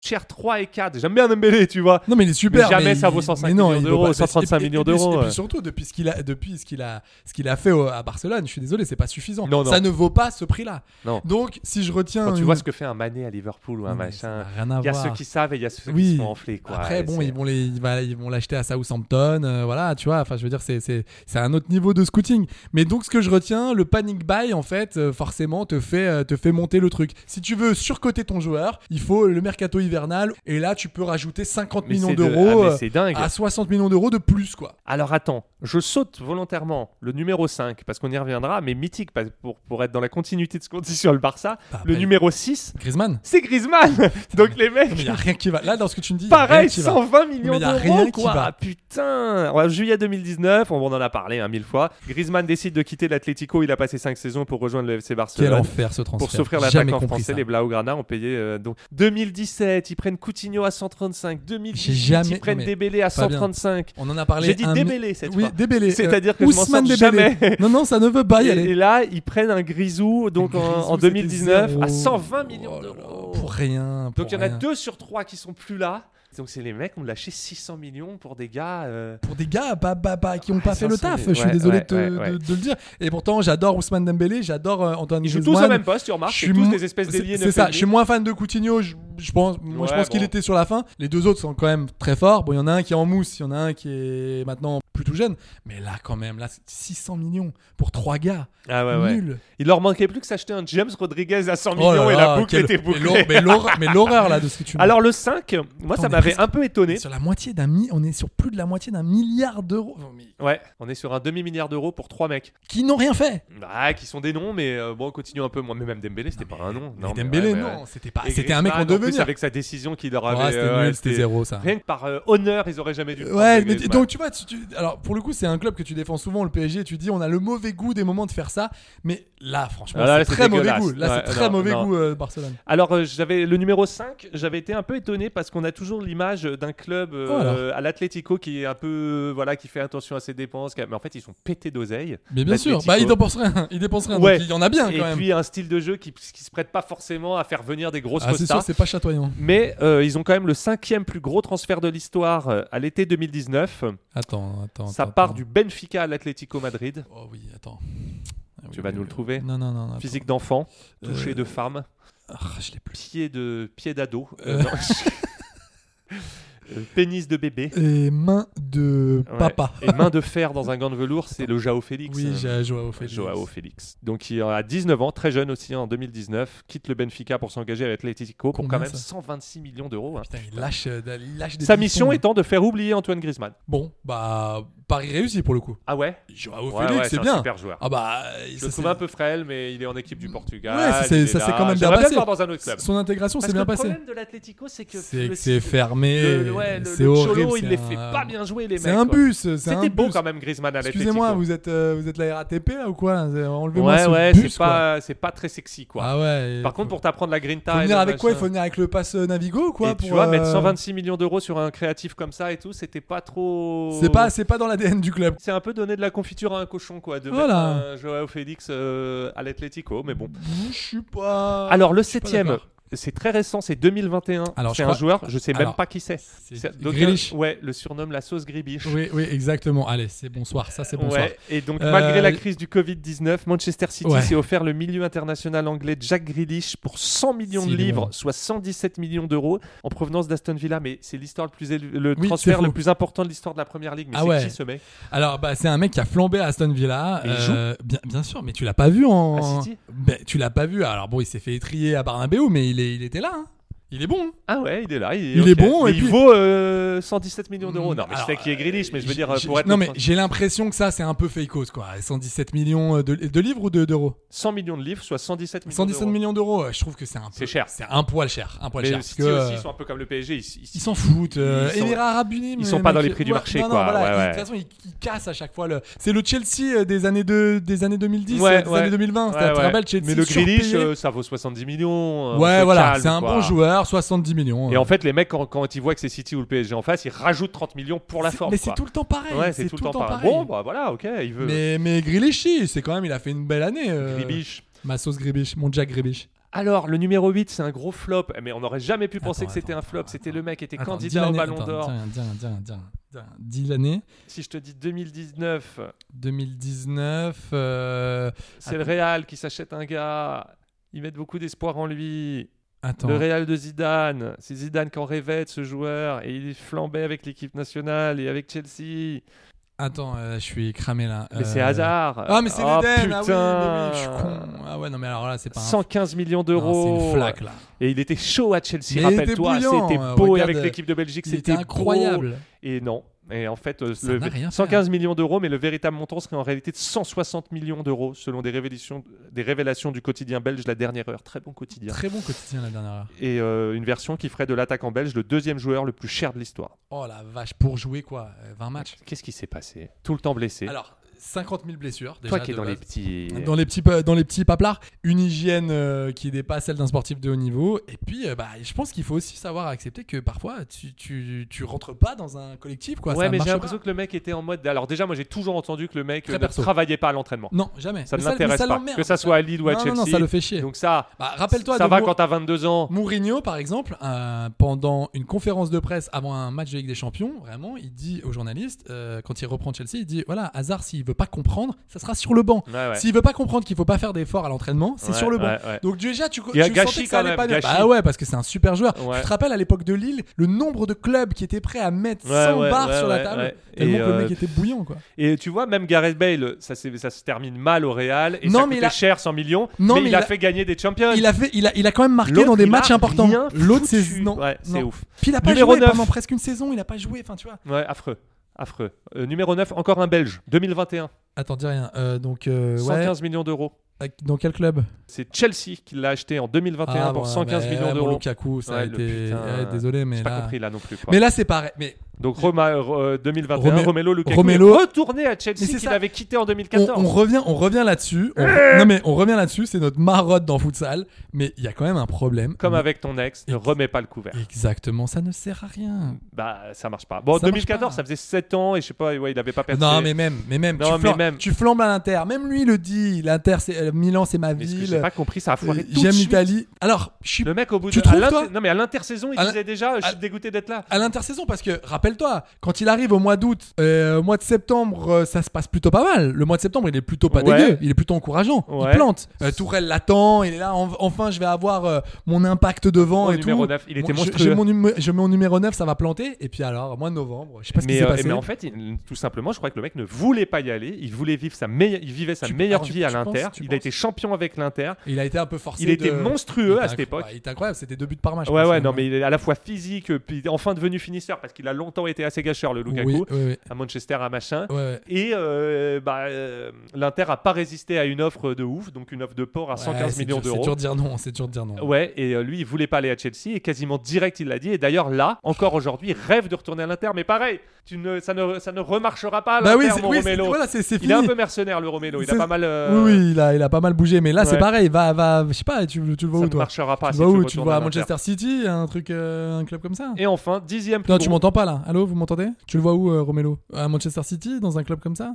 chers 3 et 4. J'aime bien Dembélé, tu vois. Non mais il est super. Mais jamais mais ça il- vaut 105 mais non, millions il vaut d'euros, pas- 135 et- et- millions et puis- d'euros, euh. Et ouais. puis surtout depuis ce qu'il a, depuis ce qu'il a, ce qu'il a fait au- à Barcelone, je suis désolé, c'est pas suffisant. Non, non. Ça ne vaut pas ce prix-là. Non. Donc si je retiens, Quand tu une- vois ce que fait un Mané à Liverpool ou un Non, mais machin, ça n'a rien à il y a voir. ceux qui savent et il y a ceux qui oui. se font enfler. Quoi. Après Et bon, c'est- ils vont les, ils va- ils vont l'acheter à Southampton, euh, voilà, tu vois. Enfin, je veux dire, c'est, c'est, c'est un autre niveau de scouting. Mais donc ce que je retiens, le panic buy en fait, euh, forcément te fait, euh, te fait monter le truc. Si tu veux surcoter ton joueur, il faut le mercato hivernal et là tu peux rajouter 50 Mais millions c'est de- d'euros ah, mais euh, c'est dingue. à 60 millions d'euros de plus quoi. Alors attends, je saute volontairement le numéro 5 parce qu'on y reviendra, mais mythique parce- pour, pour être dans la continuité de ce qu'on dit sur le Barça. Bah, le bah, numéro 6, Griezmann. c'est Griezmann. (laughs) Donc les mecs. Il n'y a rien qui va. Là, dans ce que tu me dis, y a rien Pareil, qui va. 120 Mais millions y a rien d'euros, qui quoi. va. Ah, Putain. En juillet 2019, on en a parlé hein, mille fois. Griezmann décide de quitter l'Atlético. Il a passé 5 saisons pour rejoindre le FC Quel Barcelone. enfer ce transfert. Pour s'offrir J'ai jamais l'attaquant compris français, ça. les Blaugrana ont payé euh, donc 2017, ils prennent Coutinho à 135, 2018, J'ai jamais- ils prennent mais- Débélé à Fabien, 135. On en a parlé. J'ai dit un mi- Débélé cette oui, fois. Débélé. C'est-à-dire euh, que je m'en Ousmane sors Débélé. jamais. Non, non, ça ne veut pas Ah, y Et, aller. et là, ils prennent un Grisou donc en, en Grisou, c'était 2019 à zéro. 120 millions Oh là là, d'euros. Pour rien. pour Donc il y en a rien. deux sur trois qui sont plus là. Donc c'est les mecs qui ont lâché 600 millions pour des gars. euh, Pour des gars bah, bah, bah, qui n'ont Ouais, pas fait le 500 taf. 000. je suis Ouais, désolé de, te- ouais, ouais, de- ouais. de le dire. Et pourtant, j'adore Ousmane Dembélé, j'adore euh, Antoine Ils jouent tous Griezmann. au même poste, tu remarques. Je C'est suis tous mo- des espèces c'est- d'ailiers. C'est neuf et ça. demi. Je suis moins fan de Coutinho. Je, je pense, moi, je Ouais, pense qu'il bon. était sur la fin. Les deux autres sont quand même très forts. Bon, il y en a un qui est en mousse, il y en a un qui est maintenant plus tout jeune. Mais là, quand même, là, c'est 600 millions pour trois gars. Ah ouais, ouais. Nul. Il leur manquait plus que s'acheter un James Rodriguez à 100 Oh là millions et là, la boucle quel- était mais l'hor- bouclée. Mais l'horreur, mais l'horreur, là (laughs) de ce que tu me Alors le 5, moi Attends, ça on est m'avait presque- un peu On est étonné. sur la moitié d'un mi- on est sur plus de la moitié d'un milliard d'euros Non, mais- Ouais, on est sur un demi-milliard d'euros pour trois mecs. qui n'ont rien fait. Bah, qui sont des noms, mais euh, bon, continuons un peu. Moi, mais même Dembélé, c'était pas un nom. mais Non, mais Dembélé, ouais, mais non, ouais. c'était pas- Et Ah, c'était un mec en Griezmann, plus, devenir. avec sa décision qu'il leur Ouais, avait. euh, c'était nul, c'était zéro, ça. Rien que par euh, honneur, ils auraient jamais dû. le Ouais, prendre, mais tu- Griezmann. donc tu vois, tu- tu- alors pour le coup, c'est un club que tu défends souvent, le PSG. Tu dis, on a le mauvais goût des moments de faire ça, mais là, franchement, Ah, là, c'est c'est très mauvais dégueulasse. goût. Là, Ouais, c'est très non, mauvais non. goût euh, Barcelone. Alors, euh, j'avais le numéro 5, j'avais été un peu étonné parce qu'on a toujours l'image d'un club euh, Oh, alors. à l'Atlético qui est un peu. euh, Voilà, qui fait attention à ses dépenses. qui a- Mais en fait, ils sont pétés d'oseille. Mais bien sûr, l'Atlético. bah, il dépense rien, il dépense rien. Ouais. Ah, Donc, il y en a bien quand Et même. puis, un style de jeu qui, qui se prête pas forcément à faire venir des grosses ah, c'est sûr, costas. c'est pas chatoyant. Mais euh, ils ont quand même le cinquième plus gros transfert de l'histoire euh, à l'été 2019. Attends, attends. Ça attends, part attends. du Benfica à l'Atlético Madrid. Oh oui, attends. tu vas nous le trouver. Non, non, non, non, Physique d'enfant, toucher Euh, de femme, je l'ai pied de pied d'ado, Euh. euh, non, (laughs) je- euh, pénis de bébé. Et main de Ouais. papa. Et (laughs) main de fer dans un gant de velours, c'est le Jao Félix. Oui, Euh, Ja- Joao Félix. Joao Félix. Donc il a 19 ans, très jeune aussi en 2019, quitte le Benfica pour s'engager à l'Atlético pour Combien, quand même ça 126 millions d'euros. hein. Il lâche, euh, il lâche des Sa pistons. mission étant de faire oublier Antoine Griezmann. Bon, bah, Paris réussi pour le coup. Ah ouais Joao Ouais, Félix, ouais, c'est un bien. super joueur. Ah bah, je ça, le trouve c'est- un peu frêle, mais il est en équipe du Portugal. Ouais, ça, c'est- il est ça là. s'est quand même bien J'aimerais passé. le voir dans un autre club. Son intégration Parce s'est que bien le passée. problème de l'l'Atlético, c'est que C'est le- que c'est fermé, Le, le- ouais, le- c'est le horrible, Cholo, c'est il les un- fait pas bien jouer les mecs. C'est un quoi. bus, c'est un C'était beau bus. quand même Griezmann à l'Atlético. Excusez-moi, vous êtes, euh, vous êtes la RATP là, ou quoi Enlevez-moi Ouais, ce ouais, bus, c'est pas, c'est pas très sexy quoi. Ah ouais, Par contre, pour t'apprendre la Grinta. quoi. Faut et venir le avec quoi Il machin- faut venir avec le pass euh, Navigo ou quoi Et tu pour, vois, euh, mettre 126 millions d'euros sur un créatif comme ça et tout, c'était pas trop. C'est pas, c'est pas dans l'ADN du club. C'est un peu donner de la confiture à un cochon, quoi, de Voilà. mettre un Joao Félix euh, à l'Atlético, mais bon. Je suis pas. Alors, le Ah, je suis pas septième, d'accord. c'est très récent, c'est 2021. Alors, C'est je un crois- joueur, je sais même Alors, pas qui c'est. c'est C'est- d'aucuns- Grealish. Ouais, le surnomme la sauce gribiche. Oui, oui, exactement. Allez, c'est bonsoir. Ça, c'est bonsoir. Ouais, et donc Euh, malgré la crise du Covid-19, Manchester City Ouais. s'est offert le milieu international anglais Jack Grealish pour 100 millions de C'est livres, loin. soit 117 millions d'euros en provenance d'Aston Villa, mais c'est l'histoire le plus éle- le Oui, transfert c'est le fou. plus important de l'histoire de la première ligue, mais Ah c'est ouais. qui ce mec Alors, bah, c'est un mec qui a flambé à Aston Villa. euh, Mais il bien, bien sûr, mais tu l'as pas vu en. À City Ben, tu l'as pas vu. Alors bon, il s'est fait étrier à Barnabéu, mais il, est, il était là. hein. Il est bon. hein. Ah ouais, il est là, il est, Il ok. est bon, Mais et il puis- Mm, vaut euh, 117 millions d'euros. Non, mais Alors, euh, je sais qui est Grealish, mais je veux dire J'ai- pour être non, le mais trans- j'ai l'impression que ça, c'est un peu fake quoi. 117 millions euh, de, de livres ou de- d'euros 100 millions de livres, soit 117 millions 117 d'euros. millions d'euros, euh, je trouve que c'est un peu. C'est cher. C'est un poil cher. Un poil Mais cher. le parce City que, aussi, euh, ils sont un peu comme le PSG. Ils ils- Ils s'en foutent. euh, ils sont- Émirats Arabes Unis. ils mais- sont pas mais dans les qui- prix du ouais, marché, non, non, quoi. voilà, Ouais, ils- ouais. De toute façon, ils, ils cassent à chaque fois le. C'est le Chelsea euh, des années de, des années 2010, Ouais, euh, des ouais. années 2020. Ouais, Tu te ouais. rappelles Chelsea Mais le Grealish, surpayé. euh, ça vaut 70 millions. euh, on ouais, se voilà, calme, c'est un quoi. bon joueur, 70 millions. Et euh. en fait, les mecs, quand, quand ils voient que c'est City ou le PSG en face, ils rajoutent 30 millions pour la C'est- forme. Mais c'est quoi. tout le temps pareil. Ouais, c'est tout, le temps pareil. Bon, bah voilà, ok, il veut. Mais, mais Grealish, si, c'est quand même, il a fait une belle année. euh, Gribiche. Ma sauce Gribiche, mon Jack Gribiche. Alors, le numéro 8, c'est un gros flop. Eh, Mais on n'aurait jamais pu penser Attends, que c'était un flop. C'était le mec qui était Attends, dis candidat au l'année, Ballon attends, d'Or. tiens, tiens, tiens, tiens, tiens. Dis l'année Si je te dis 2019, 2019. euh, c'est le Real qui s'achète un gars. Ils mettent beaucoup d'espoir en lui. Attends. Le Real de Zidane. C'est Zidane qui en rêvait de ce joueur. Et il flambait avec l'équipe nationale et avec Chelsea. Attends, euh, je suis cramé là. Mais c'est Euh, Hazard. Ah, mais c'est Oh, l'Eden. Ah oui, mais oui, putain. je suis con. Ah ouais, non, mais alors là, c'est pas. un- 115 millions Non, d'euros. C'est une flaque là. Et il était chaud à Chelsea, Mais il rappelle-toi. était bouillant, C'était euh, beau et regarde, avec l'équipe de Belgique, il c'était était incroyable. beau. Et non. Et en fait, euh, Ça le- n'a rien fait, hein. 115 millions d'euros, mais le véritable montant serait en réalité de 160 millions d'euros, selon des révélations, des révélations du quotidien belge La Dernière Heure. Très bon quotidien. Très bon quotidien la dernière heure. Et euh, une version qui ferait de l'attaquant belge le deuxième joueur le plus cher de l'histoire. Oh la vache, pour jouer quoi euh, 20 matchs Qu'est-ce qui s'est passé Tout le temps blessé. Alors, 50 000 blessures. Déjà, Toi qui es de dans les base. petits. euh. Dans les petits, pa- dans les petits paplards, une hygiène euh, qui n'est pas celle d'un sportif de haut niveau. Et puis, euh, bah, je pense qu'il faut aussi savoir accepter que parfois, tu, tu, tu rentres pas dans un collectif. Quoi. ouais, ça mais j'ai marche l'impression pas. que le mec était en mode. Alors, déjà, moi j'ai toujours entendu que le mec Très euh, ne perso. travaillait pas à l'entraînement. Non, jamais. Ça Mais ne mais l'intéresse ça pas. l'emmerde. Que ça soit à Lille ou à Non, Chelsea. Non, non, ça le fait chier. Donc, ça. Bah, rappelle-toi Ça de va Mo- quand t'as 22 ans. Mourinho, par exemple, euh, pendant une conférence de presse avant un match de Ligue des Champions, vraiment, il dit aux journalistes, euh, quand il reprend Chelsea, il dit voilà, Hazard, s'il veut pas comprendre, ça sera sur le banc. Ouais, ouais. S'il veut pas comprendre qu'il faut pas faire d'efforts à l'entraînement, c'est Ouais, sur le banc. ouais, ouais. Donc déjà, tu, co- Il y a tu gâchis sentais quand que ça allait même, pas bien. gâchis. Bah ouais, parce que c'est un super joueur. Ouais. Tu te rappelles à l'époque de Lille, le nombre de clubs qui étaient prêts à mettre Ouais, 100 ouais, barres ouais, sur la ouais, table, ouais. tellement Et, que le mec euh, était bouillant, quoi. Et tu vois, même Gareth Bale, ça, s'est- ça se termine mal au Real. Et Non, ça mais coûtait il a- cher 100 millions. Non, mais, mais il a il a- fait gagner des champions. Il a, fait, il, a, il a quand même marqué L'autre, dans des il a matchs importants. rien L'autre, foutu. c'est. Non, Ouais, c'est non. ouf. Puis il a pas Numéro joué neuf. pendant presque une saison, il a pas joué. Enfin, tu vois. Ouais, affreux. Affreux. Euh, numéro 9, encore un Belge. 2021. Attends, dis rien. Euh, donc, euh, ouais. 115 millions d'euros. Euh, Dans quel club C'est Chelsea qui l'a acheté en 2021 Ah, pour bon, 115 ouais, millions bon, d'euros. Lukaku, ça a Ouais, le été. putain, ouais, désolé, mais J'ai pas là. compris là non plus. quoi. mais là, c'est pareil. Mais Donc Roma, euh, 2021, Romé- Romelo Lukaku Romelo- est retourné à Mais Chelsea c'est qu'il ça. avait quitté en on, 2014. on revient, on revient là-dessus. On re- Non mais on revient là-dessus, c'est notre marotte dans futsal. Mais il y a quand même un problème. Comme Mais- avec ton ex, ne Et- remets pas le couvert. Exactement, ça ne sert à rien. Bah, ça marche pas. Bon, Ça marche 2014, pas. ça faisait 7 ans et je sais pas, ouais, il avait pas perdu. Non mais même, mais même, Non, tu, mais flambes, même. tu flambes à l'Inter. Même lui le dit. L'Inter, c'est- euh, Milan, c'est ma Mais ce que ville. j'ai pas compris, ça a foiré Euh, tout de J'aime suite. l'Italie. Alors, je suis. Le mec au bout de Tu à trouves, l'inter- toi Non mais à l'intersaison, il À l'in- disait déjà je à- suis dégoûté d'être là. à l'intersaison parce que rappelle-toi quand il arrive au mois d'août euh, au mois de septembre euh, ça se passe plutôt pas mal le mois de septembre il est plutôt pas Ouais. dégueu il est plutôt encourageant Ouais. il plante Euh, Tourelle l'attend il est là en- enfin je vais avoir euh, mon impact devant Mon et numéro tout neuf, il était Bon, je- monstrueux. je mets mon, numé- je mets mon numéro 9 ça va planter et puis alors mois de novembre je sais pas ce qui mais, s'est euh, passé mais en fait, il- tout simplement, je crois que le mec ne voulait pas y aller. Il voulait vivre sa meilleure, il vivait sa Tu- meilleure ah, tu- vie à tu penses- l'Inter. tu Il a penses Ah, été champion avec l'Inter. il a été un peu forcé il était de- monstrueux il à était cette incro- époque. ouais, il était incroyable c'était deux buts par match je Ouais, pense, ouais, hein. non, mais il est à la fois physique, euh, puis enfin devenu finisseur parce qu'il a longtemps été assez gâcheur, le Lukaku, Oui, euh. oui, oui. à Manchester, à machin. Ouais, ouais. Et euh, bah, euh, l'Inter a pas résisté à une offre de ouf, donc une offre de port à Ouais, 115 c'est millions dur- d'euros. c'est dur de dire non c'est dur de dire non Ouais, et euh, lui, il voulait pas aller à Chelsea, et quasiment direct, il l'a dit. Et d'ailleurs, là, encore aujourd'hui, il rêve de retourner à l'Inter, mais pareil, tu ne, ça, ne, ça ne remarchera pas à Bah oui, l'Inter, c'est- mon oui, c'est- Romelo. voilà, c'est- c'est il est un fini. peu mercenaire, le Romelo, il a C'est- pas mal. euh, Oui, bah oui, il a, il a pas mal bougé, mais là c'est Ouais. pareil, va, va, je sais pas, tu, tu le vois Ça où ne toi marchera pas Tu si le tu vois où retournes Tu le vois à à l'Inter. Manchester City, un truc, euh, un club comme ça Et enfin, dixième plus Non, tu gros- m'entends pas là Allô, vous m'entendez Tu le vois où, euh, Romelo À Manchester City, dans un club comme ça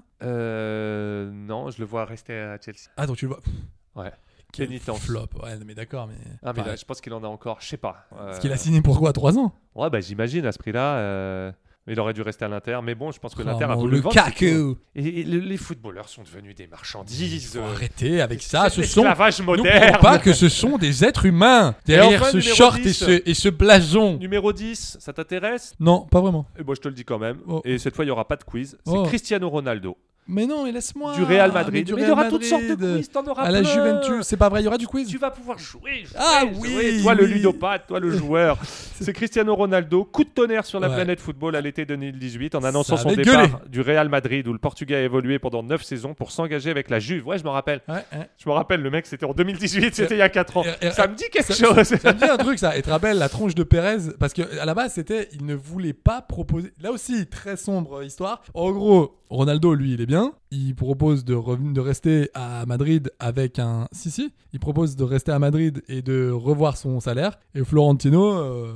Euh, non, je le vois rester à Chelsea. Ah, donc tu le vois. Pff, Ouais. Quel Pénitence. flop, ouais, mais d'accord, mais. Ah, mais Enfin, là, je pense qu'il en a encore, je sais pas. euh, Parce qu'il a signé pour quoi 3 ans Ouais, bah j'imagine à ce prix-là. euh, Il aurait dû rester à l'Inter, mais bon, je pense que Oh, l'Inter a mon voulu le vendre, Lukaku. c'est tout. Et, et le- les footballeurs sont devenus des marchandises. euh, Arrêtez avec ça, c'est ce sont. l'esclavage moderne. N'oublions pas que ce sont des êtres humains derrière enfin, ce numéro short 10. et ce, et ce blason. (laughs) Numéro 10, ça t'intéresse Non, pas vraiment. Et bon, je te le dis quand même. Oh. Et cette fois, il n'y aura pas de quiz. C'est Oh. Cristiano Ronaldo. Mais non, mais laisse-moi. Du Real Ah, Madrid. mais du Mais il y Real aura toutes Madrid, sortes de quiz, t'en auras À la plein. Juventus, c'est pas vrai, il y aura du quiz. Tu vas pouvoir jouer. jouer, Ah jouer. oui, Toi, le oui. ludopathe, toi, le joueur. C'est Cristiano Ronaldo, coup de tonnerre sur la Ouais. planète football à l'été 2018 en annonçant Ça son avait départ gueulé. du Real Madrid où le Portugais a évolué pendant 9 saisons pour s'engager avec la Juve. Ouais, je m'en rappelle. Ouais, hein. ouais. Je me rappelle, le mec, c'était en 2018, c'était il y a 4 ans. Et- et- Ça me dit quelque ça- chose. Ça, me dit un truc, ça. Et tu te rappelles la tronche de Pérez Parce que à la base, c'était. Il ne voulait pas proposer. Là aussi, très sombre euh, histoire. En gros, Ronaldo, lui, il est bien. Il propose de, reven- de rester à Madrid avec un. Si, si. Il propose de rester à Madrid et de revoir son salaire. Et Florentino. euh,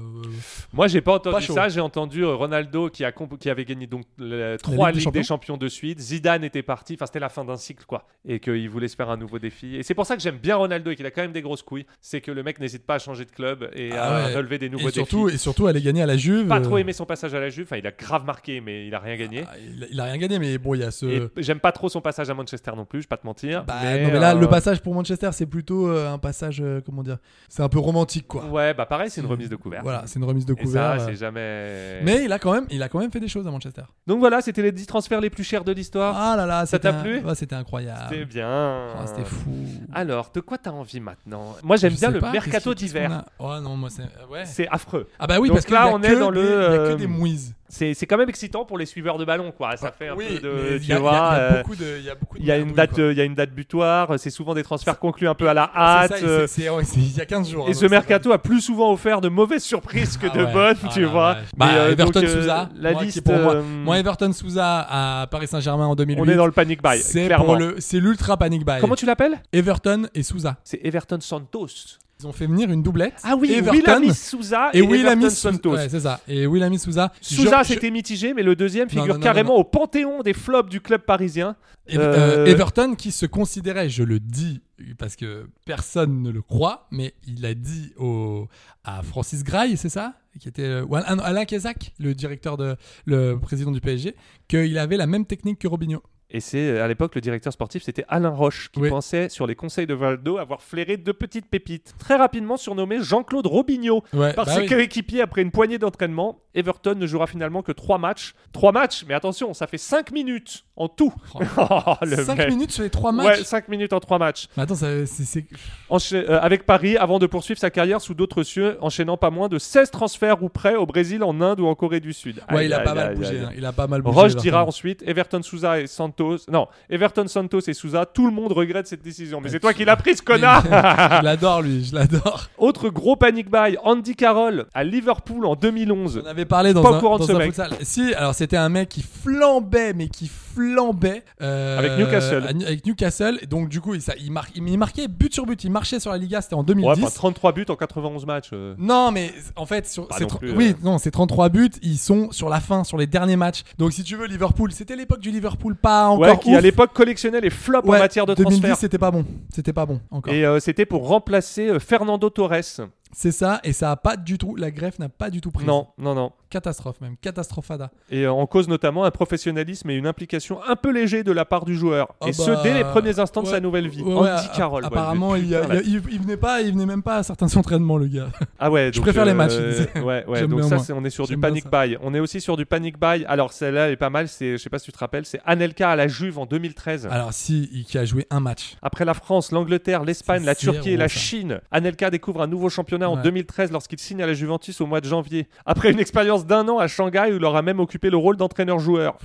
Moi, j'ai pas entendu Pas chaud. ça. J'ai entendu euh, Ronaldo qui, a comp- qui avait gagné donc le- trois Ligue des Ligues des Champions de suite. Zidane était parti. Enfin, c'était la fin d'un cycle, quoi. Et qu'il voulait se faire un nouveau défi. Et c'est pour ça que j'aime bien Ronaldo et qu'il a quand même des grosses couilles. C'est que le mec n'hésite pas à changer de club et ah à ouais. relever des nouveaux et surtout, défis. Et surtout, aller gagner à la Juve. Pas trop euh, aimé son passage à la Juve. Enfin, il a grave marqué, mais il a rien gagné. ah, il, il a rien gagné, mais bon, il y a ce. Et j'aime pas trop son passage à Manchester non plus. Je vais pas te mentir. Bah, non, mais là, euh, le passage pour Manchester, c'est plutôt euh, un passage, euh, comment dire, c'est un peu romantique, quoi. Ouais, bah pareil, c'est une remise de couvert. Voilà, c'est une remise de Et ça, couvert. euh. c'est jamais. Mais il a quand même, il a quand même fait des choses à Manchester. Donc voilà, c'était les 10 transferts les plus chers de l'histoire. Ah là là, Ça c'était t'a un- plu ouais, C'était incroyable. C'était bien. Ah, c'était fou. Alors, de quoi t'as envie maintenant Moi, j'aime Je bien sais le pas, mercato qu'est-ce qu'il y a- d'hiver. qu'est-ce qu'on a Oh non, moi c'est euh, ouais. C'est affreux. Ah bah oui, Donc parce que là, y a on que est dans des- le, il y a euh, que des mouises. C'est c'est quand même excitant pour les suiveurs de ballon, quoi. Ça fait un Ah, oui, peu mais de. il Tu y a- il y a- vois, il y a euh, beaucoup de- il y a beaucoup de il y a une merdouilles, date, quoi. euh, il y a une date butoir. C'est souvent des transferts conclus un peu à la Ah, C'est hâte. ça, et euh, c'est- c'est- ouais, c'est il y a 15 jours. hein, Et donc ce ça mercato a plus souvent offert de mauvaises surprises que Ah de ouais. bonnes, Ah tu là, vois. ouais. Mais, Bah, euh, donc, Everton euh, Souza. la moi, qui liste. est pour moi. euh, Moi, Everton Souza à Paris Saint-Germain en 2008. on est dans le panic buy, C'est clairement. pour le- c'est l'ultra panic buy. Comment tu l'appelles Everton et Souza. C'est Everton Santos. Ils ont fait venir une doublette. Ah oui, Everton Willamis Souza et, et Willamy Everton Souza. Santos. Ouais, c'est ça. Et Willamy Souza. Souza, Je- je- c'était mitigé, mais le deuxième figure non, non, carrément non, au panthéon des flops du club parisien. Ev- Euh, euh, Everton qui se considérait, je le dis parce que personne ne le croit, mais il a dit au, à Francis Grail, c'est ça qui était euh, ou à- ah non, Alain Kazak, le directeur de le président du PSG, qu'il avait la même technique que Robinho. Et c'est euh, à l'époque le directeur sportif, c'était Alain Roche, qui Oui. pensait sur les conseils de Valdo avoir flairé deux petites pépites. Très rapidement surnommé Jean-Claude Robinho Ouais, par bah ses oui. coéquipiers après une poignée d'entraînement. Everton ne jouera finalement que trois matchs. Trois matchs, mais attention, ça fait cinq minutes en tout. Oh. (laughs) Oh, le 5 mec. minutes sur les 3 Ouais, matchs. cinq minutes en trois matchs. Mais attends, ça- c'est c'est- Encha- euh, avec Paris avant de poursuivre sa carrière sous d'autres cieux, enchaînant pas moins de 16 transferts ou prêts au Brésil, en Inde ou en Corée du Sud. ouais, Aïe, il a aïe, pas mal aïe, bougé, aïe. hein, il a pas mal bougé. Roche Everton. dira ensuite Everton Souza et Santos. Non, Everton Santos et Souza, tout le monde regrette cette décision. Mais c'est toi qui l'as prise, (laughs) connard je l'adore lui, je l'adore. (laughs) Autre gros panic buy, Andy Carroll à Liverpool en 2011. On avait parlé dans Pas au un, courant de dans ce un mec. futsal. Si, alors c'était un mec qui flambait, mais qui flambait. euh, Avec Newcastle. à- avec Newcastle. Donc, du coup, il, ça, il, mar- il- il marquait but sur but. Il marchait sur la Liga. C'était en 2010. Ouais, enfin, 33 buts en 91 matchs. euh. Non, mais en fait, sur, Pas ces non tro- plus, oui, euh. non, ces 33 buts, ils sont sur la fin, sur les derniers matchs. Donc, si tu veux, Liverpool, c'était l'époque du Liverpool, pas encore. Ouais, qui à ouf. l'époque collectionnait les flops Ouais, en matière de 2010, transfert. c'était pas bon. C'était pas bon encore. Et euh, c'était pour remplacer euh, Fernando Torres. C'est ça, et ça a pas du tout. La greffe n'a pas du tout pris. Non, non, non. Catastrophe même, catastrophada. Et euh, en cause notamment un professionnalisme et une implication un peu légère de la part du joueur. Oh et bah, ce, dès les premiers instants de ouais, sa nouvelle vie. ouais, ouais, Andy a- Carroll. ouais, Apparemment, le il, y a- putain, là. il y a- il- il venait pas, il venait même pas à certains entraînements, le gars. Ah (laughs) ouais, Je donc, préfère les matchs. Ouais, ouais, (laughs) J'aime donc bien, ça, moi. c'est- on est sur du J'aime bien panic ça. buy. On est aussi sur du panic buy. Alors celle-là, elle est pas mal. C'est, je sais pas si tu te rappelles, c'est Anelka à la Juve en 2013. Alors, si, il- qui a joué un match. Après la France, l'Angleterre, l'Espagne, la C'est zéro, Turquie et la ça. Chine, Anelka découvre un nouveau championnat en Ouais. 2013 lorsqu'il signe à la Juventus au mois de janvier. Après une expérience d'un an à Shanghai où il aura même occupé le rôle d'entraîneur-joueur.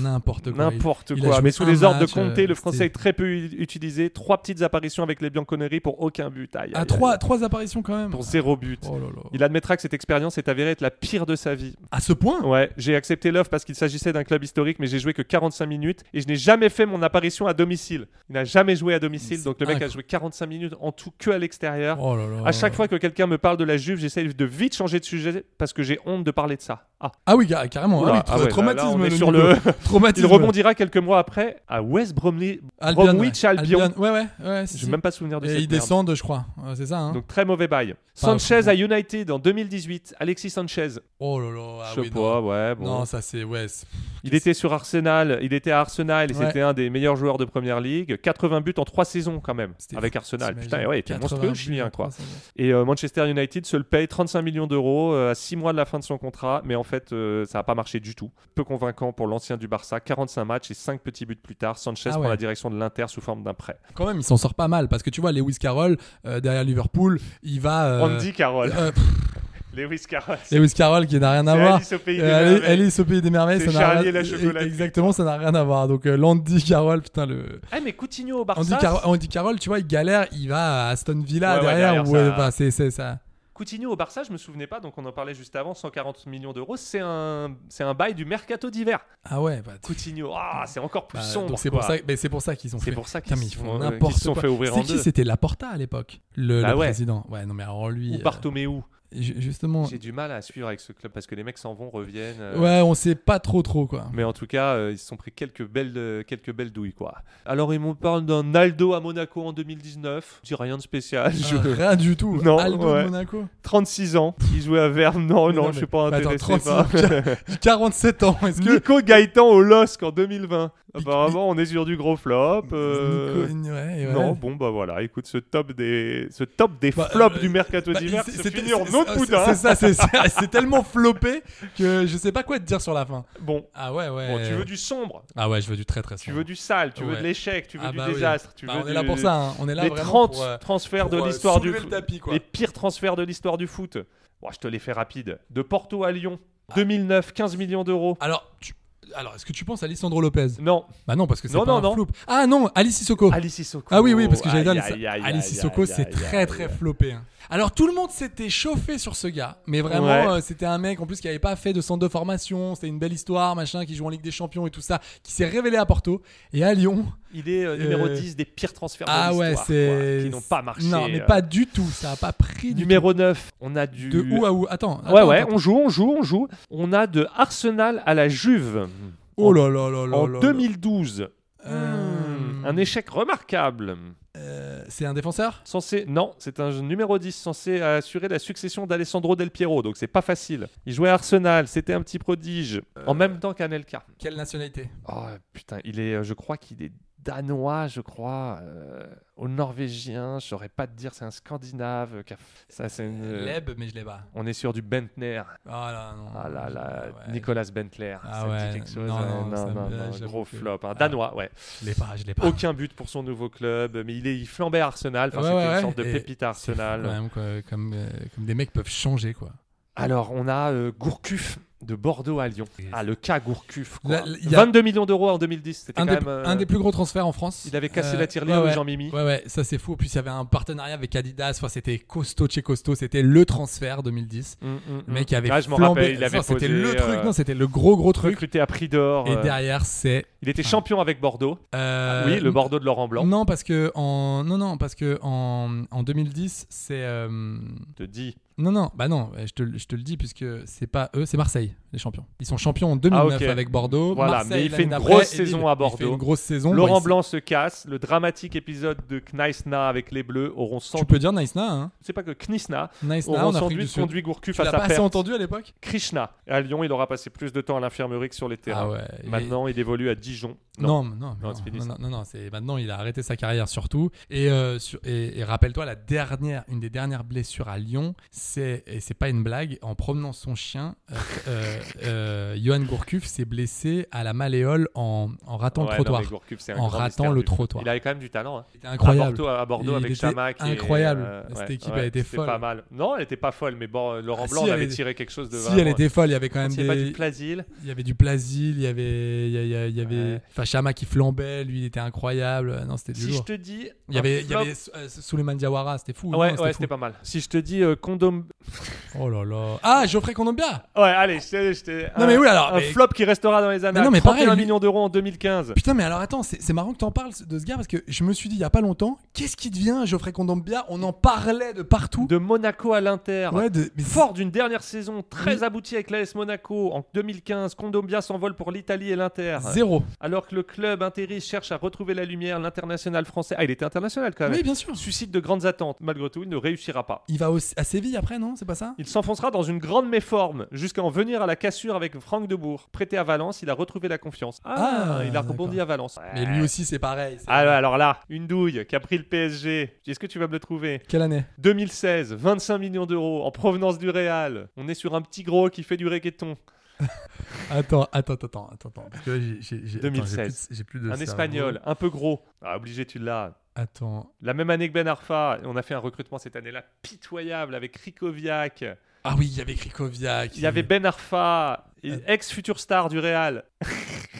N'importe quoi. N'importe Il- il a quoi. joué Mais sous un les ordres de match, Conte, euh, le français c'était- est très peu u- utilisé. Trois petites apparitions avec les Bianconeri pour aucun but. Aïe, À aïe, trois, aïe. trois apparitions quand même. Pour zéro but. Oh là là. Il admettra que cette expérience est avérée être la pire de sa vie. À ce point Ouais, j'ai accepté l'offre parce qu'il s'agissait d'un club historique, mais j'ai joué que 45 minutes et je n'ai jamais fait mon apparition à domicile. Il n'a jamais joué à domicile, C'est donc le mec a incroyable. joué 45 minutes en tout que à l'extérieur. Oh là là. À chaque fois que quelqu'un me parle de la Juve, j'essaye de vite changer de sujet parce que j'ai honte de parler de ça. Ah. Ah oui, car- carrément. Oula, ah oui, ah tra- ouais, traumatisme. là, là, on est le sur niveau. le- Il (laughs) traumatisme. rebondira quelques mois après à West Bromley, Albion, Bromwich ouais. Albion. Ouais, ouais. ouais si, J'ai si. même pas souvenir de Et cette ils merde. descendent, je crois. Ouais, c'est ça. Hein. (laughs) Donc très mauvais bail. Sanchez à United en 2018. Alexis Sanchez. oh là là. Ah Je sais oui, pas, non. ouais, bon. Non, ça c'est. Ouais. c'est- Il était sur Arsenal, il était à Arsenal et Ouais. c'était un des meilleurs joueurs de première ligue. 80 buts en 3 saisons quand même C'était avec fou, Arsenal. t'imagines. Putain, et ouais, il était 80 monstrueux le buts chilien en quoi. trois saisons. Et euh, Manchester United se le paye 35 millions d'euros euh, à 6 mois de la fin de son contrat, mais en fait euh, ça n'a pas marché du tout. Peu convaincant pour l'ancien du Barça, 45 matchs et 5 petits buts plus tard, Sanchez Ah ouais. prend la direction de l'Inter sous forme d'un prêt. Quand même, il s'en sort pas mal parce que tu vois, Lewis Carroll euh, derrière Liverpool, il va. euh, Andy Carroll, euh, pff, (laughs) Lewis Carroll. Lewis Carroll qui n'a rien à c'est voir. Alice au pays des Euh, Ali- merveilles. Alice au pays des merveilles. C'est ça n'a Charlie rien- et la chocolaterie. Exactement, ça n'a rien à voir. Donc euh, l'Andy Carroll, putain le. Ah mais Coutinho au Barça. Andy, Car- Andy Carroll, tu vois, il galère, il va à Aston Villa Ouais, ouais, derrière. derrière, où, euh, ça- enfin, c'est c'est ça. Coutinho au Barça, je me souvenais pas, donc on en parlait juste avant, 140 millions d'euros, c'est un, c'est un bail du mercato d'hiver. Ah ouais, bah, tu- Coutinho, ah, c'est encore plus bah, sombre. donc c'est quoi. pour ça, mais c'est pour ça qu'ils ont Ah. C'est fait. pour ça Putain, qu'ils mais ils se font font, euh, n'importe qu'ils se sont quoi. fait ouvrir C'est en qui deux. C'était Laporta à l'époque, le, Bah le ouais. président. Ouais, non mais alors lui. Ou euh, Bartomeu. ju- justement. J'ai du mal à suivre avec ce club parce que les mecs s'en vont, reviennent. euh, Ouais, on sait pas trop trop quoi. Mais en tout cas, euh, ils se sont pris quelques belles, euh, quelques belles douilles, quoi. Alors, ils m'ont parlé d'un Aldo à Monaco en 2019. Je dis rien de spécial. je- Ah, (laughs) rien du tout. Non, Aldo de ouais. Monaco. 36 ans. Il jouait à Verne. Non, Mais non, non, je mais- suis pas mais attends, intéressé. 36, par- J'ai 47 ans. Est-ce que Nico Gaëtan au LOSC en 2020. Apparemment, on est sur du gros flop. euh, Nico- ouais, ouais. Non, bon, bah voilà, écoute, ce top des, ce top des Bah, flops euh, du mercato Bah, d'hiver, c'est- se c'était- finit en c'est- autre c'est- boudin. C'est ça, c'est- c'est c'est tellement floppé que je sais pas quoi te dire sur la fin. Bon, Ah ouais, ouais. bon, tu veux du sombre, Ah ouais, je veux du très très tu sombre. veux du sale, tu veux Ouais. de l'échec, tu veux Ah du bah oui. désastre, tu Bah, veux on est là du- pour ça, hein. on est là les vraiment 30 pour, euh, transferts pour, de euh, l'histoire du soulever foot, le tapis, quoi. les pires transferts de l'histoire du foot. Bon, je te les fais rapides. De Porto à Lyon, Ah. 2009, 15 millions d'euros. Alors, tu- alors est-ce que tu penses à Lisandro Lopez Non, Bah non, parce que c'est Non, pas non, un non. floupe. Ah non, Alice Sissoko. Alice Sissoko. Ah oui, oui, parce que j'allais Aïe, dire aïe, aïe, Alice aïe, Sissoko, aïe, c'est aïe, très aïe. très floppé. hein. Alors tout le monde s'était chauffé sur ce gars, mais vraiment Ouais. euh, c'était un mec en plus qui avait pas fait de centre de formation, c'était une belle histoire, machin, qui joue en Ligue des Champions et tout ça, qui s'est révélé à Porto et à Lyon. Il est euh, numéro Euh, 10 des pires transferts Ah de ouais, l'histoire, c'est quoi, qui n'ont pas marché. Non, mais euh. pas du tout, ça a pas pris du Numéro 9, on a du tout. de où à où. Attends, ouais, attends, ouais, attends. on joue, on joue, on joue. On a de Arsenal à la Juve Oh là là là là. en là là. 2012. Euh, Un échec remarquable. euh, c'est un défenseur Censé... Non, c'est un numéro 10 censé assurer la succession d'Alessandro Del Piero, donc c'est pas facile. Il jouait à Arsenal, c'était un petit prodige, Euh. en même temps qu'Anelka. Quelle nationalité Oh putain, il est, euh, je crois qu'il est danois, je crois, euh, au norvégien, je saurais pas te dire, c'est un scandinave. euh, qui a- Ça, c'est une- euh, Leb, mais je l'ai pas. On est sur du Bentner. Ah là non. Ah là là, Ouais, Nicolas Bentler, Ah ça me ouais, dit quelque chose. non, euh, non, ça me- non, euh, non, j'avoue gros que- flop. Un Ah. Danois, (laughs) ouais. Je l'ai pas, je l'ai pas. Aucun but pour son nouveau club, mais il, est, il flambait à Arsenal. Enfin, Ouais, c'était ouais, une ouais. sorte de Et pépite à c'est fou Arsenal. quand même, quoi, comme, euh, comme des mecs peuvent changer quoi. Alors, on a euh, Gourcuff de Bordeaux à Lyon. Ah, le cagourcuf. quoi. Là, il y a- 22 millions d'euros en 2010. C'était un, quand des, même, euh, un des plus gros transferts en France. Il avait cassé Euh, la tirelire, ouais, oui, ouais. Jean-Mimi. Ouais, ouais, ça c'est fou. Puis il y avait un partenariat avec Adidas. Enfin, c'était costaud de chez costaud. C'était le transfert 2010. Mm, mm, le mec mm. avait Ah, je m'en flambé. rappelle, il avait Enfin, c'était posé, le truc. euh, Non, c'était le gros gros truc. Recruté à prix d'or. Et euh, derrière, c'est. Il était champion avec Bordeaux. Euh, oui, le Bordeaux de Laurent Blanc. Non, parce que en non non parce que en, en 2010 c'est. euh, Je te dis. Non non bah non je te, le- je te le dis puisque c'est pas eux c'est Marseille les champions. Ils sont champions en 2009 Ah, ok. avec Bordeaux. Voilà, Marseille, mais il fait l'année une d'après, grosse et Lille. saison à Bordeaux. Il fait une grosse saison. Laurent Bon, il- Blanc se casse. Le dramatique épisode de Kneisna avec les Bleus auront sans Tu peux dire Naïsna hein. C'est pas que Knisna Naïsna auront en sans Afrique du doute Sud. conduit Gourcuff Tu à l'as sa pas assez perte. entendu à l'époque Krishna. À Lyon, il aura passé plus de temps à l'infirmerie que sur les terrains. Ah ouais, il est- Maintenant, il évolue à Dijon. Non, mais non, mais non, c'est fini, non, ça. non, non, non, c'est maintenant il a arrêté sa carrière surtout. Et, euh, sur- et, et rappelle-toi la dernière, une des dernières blessures à Lyon, c'est et c'est pas une blague. En promenant son chien, euh, (laughs) euh, euh, Johan Gourcuff s'est blessé à la malléole en, en ratant Ouais, le non, trottoir, mais Gourcuff, c'est un en grand ratant mystère du le foot. trottoir. Il avait quand même du talent. hein. C'était incroyable. À Bordeaux, à Bordeaux Il avec était Chamac. et, incroyable. euh, Cette ouais, équipe, ouais, elle était c'était folle. pas mal. Non, elle était pas folle, mais bon, Laurent Ah, si, Blanc elle avait était- tiré quelque chose de. Si vraiment- elle était folle, il y avait quand même Quand il y avait des- pas du Plasil. Il y avait du Plasil, il y avait, il y, a- il y a- il y avait, enfin Chama qui flambait, lui il était incroyable. Non, c'était du Si je lourd. te dis. Il y avait, il y un avait euh, Souleymane Diawara, c'était fou. flop- Ouais, non, ouais, fou. c'était pas mal. Si je te dis euh, condom. Oh là là. Ah, Geoffrey Kondombia Ouais, allez, je te- je te- Non, un- mais oui, alors, Un mais- flop qui restera dans les années. Mais non, mais pareil, 31 lui- millions d'euros en 2015. Putain, mais alors attends, c'est c'est marrant que t'en parles de ce gars parce que je me suis dit il y a pas longtemps, qu'est-ce qui devient Geoffrey Kondombia On en parlait de partout. De Monaco à l'Inter. Ouais, de- mais Fort d'une dernière saison très aboutie avec l'AS Monaco en 2015, Condombia s'envole pour l'Italie et l'Inter. Zéro. Alors que le club intériste cherche à retrouver la lumière, l'international français. Ah, il était international quand même. Oui, bien sûr. Suscite de grandes attentes. Malgré tout, il ne réussira pas. Il va au- à Séville après, non C'est pas ça Il s'enfoncera dans une grande méforme jusqu'à en venir à la cassure avec Franck Debourg. Prêté à Valence, il a retrouvé la confiance. Ah, Ah, il a rebondi à Valence. Mais lui aussi, c'est pareil. c'est- Ah, alors là, une douille qui a pris le PSG. Est-ce que tu vas me le trouver Quelle année 2016, 25 millions d'euros en provenance du Real. On est sur un petit gros qui fait du reggaeton. Attends, attends, attends, attends, attends. Parce que là, j'ai- j'ai- j'ai- attends, j'ai 2016. plus de- J'ai plus de. un cerveau. espagnol, un peu gros. Ah, obligé, tu l'as. Attends. La même année que Ben Arfa, on a fait un recrutement cette année-là pitoyable avec Rikoviak. Ah oui, il y avait Krikoviak. Il y avait Ben Arfa, Euh. ex-futur star du Real.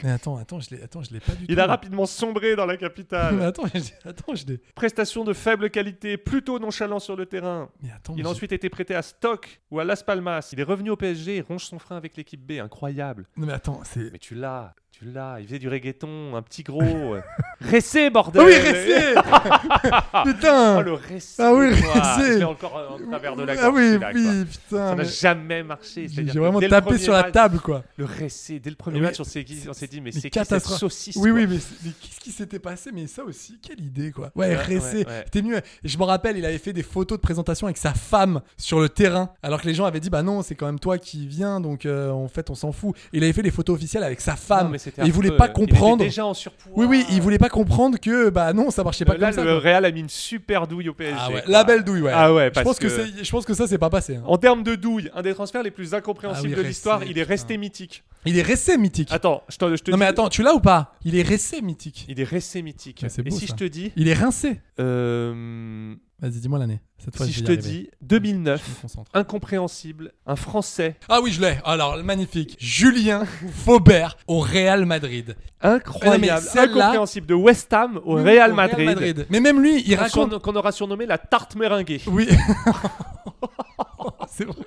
Mais attends, attends, je l'ai, attends, je l'ai pas du tout. Il a rapidement sombré dans la Mais (laughs) capitale. attends, je l'ai- attends, je l'ai. Prestation de faible qualité, plutôt nonchalant sur le terrain. Mais attends. Il mais a j'ai- ensuite été prêté à Stock ou à Las Palmas. Il est revenu au PSG et ronge son frein avec l'équipe B. Incroyable. Non mais attends, c'est. Mais tu l'as, tu l'as, il faisait du reggaeton, un petit gros. euh. (laughs) Ressé, bordel Ah oui, Ressé (laughs) Putain. (laughs) Oh, le Ressé Ah oui, quoi. Ressé Je l'ai encore euh, en travers de la gorge, Ah oui, celui-là, quoi. oui, Ça putain. n'a mais- jamais marché. J'ai c'est-à-dire j'ai que vraiment dès le tapé premier sur la match, table, quoi. Le Ressé, dès le premier Mais match, on oui, s'est on s'est dit, mais Mais c'est qui cette catastrophe. saucisse Oui, quoi oui, mais, c'est- mais qu'est-ce qui s'était passé Mais ça aussi, quelle idée, quoi. Ouais, Ouais, Ressé, ouais, ouais. c'était mieux. Et Je me rappelle, il avait fait des photos de présentation avec sa femme sur le terrain, alors que les gens avaient dit, bah non, c'est quand même toi qui viens, donc euh, en fait, on s'en fout. Et il avait fait des photos officielles avec sa Non, femme. mais c'était et il voulait affreux. hein. pas était comprendre. déjà en surpoids. Oui, oui, il voulait pas comprendre que, bah non, ça marchait pas Là, comme ça. le quoi. Real a mis une super douille au PSG. Ah ouais, quoi. la belle douille, ouais. Ah ouais, je parce pense que, que- c'est- je pense que ça, c'est pas passé. hein. En termes de douille, un des transferts les plus Ah oui, incompréhensibles de Ressé, l'histoire, il est putain. resté mythique. Il est resté mythique. Attends, je Ah, te, je te non, mais dis- attends, tu l'as ou pas Il est resté mythique. Il est resté mythique. Mais c'est Et beau, si ça. je te dis. Il est rincé. euh, Vas-y, dis-moi l'année. Cette fois, si je, je vais te y arriver. dis Je me 2009, concentre. incompréhensible, un Français Ah oui, je l'ai. Alors, magnifique. Julien Faubert au Real Madrid. Mais non, mais incroyable, celle-là- incompréhensible de West Ham au Real Au Madrid. Mais même lui, il qu'on- raconte. Qu'on aura surnommé la tarte meringuée. (laughs) Oui. C'est vrai.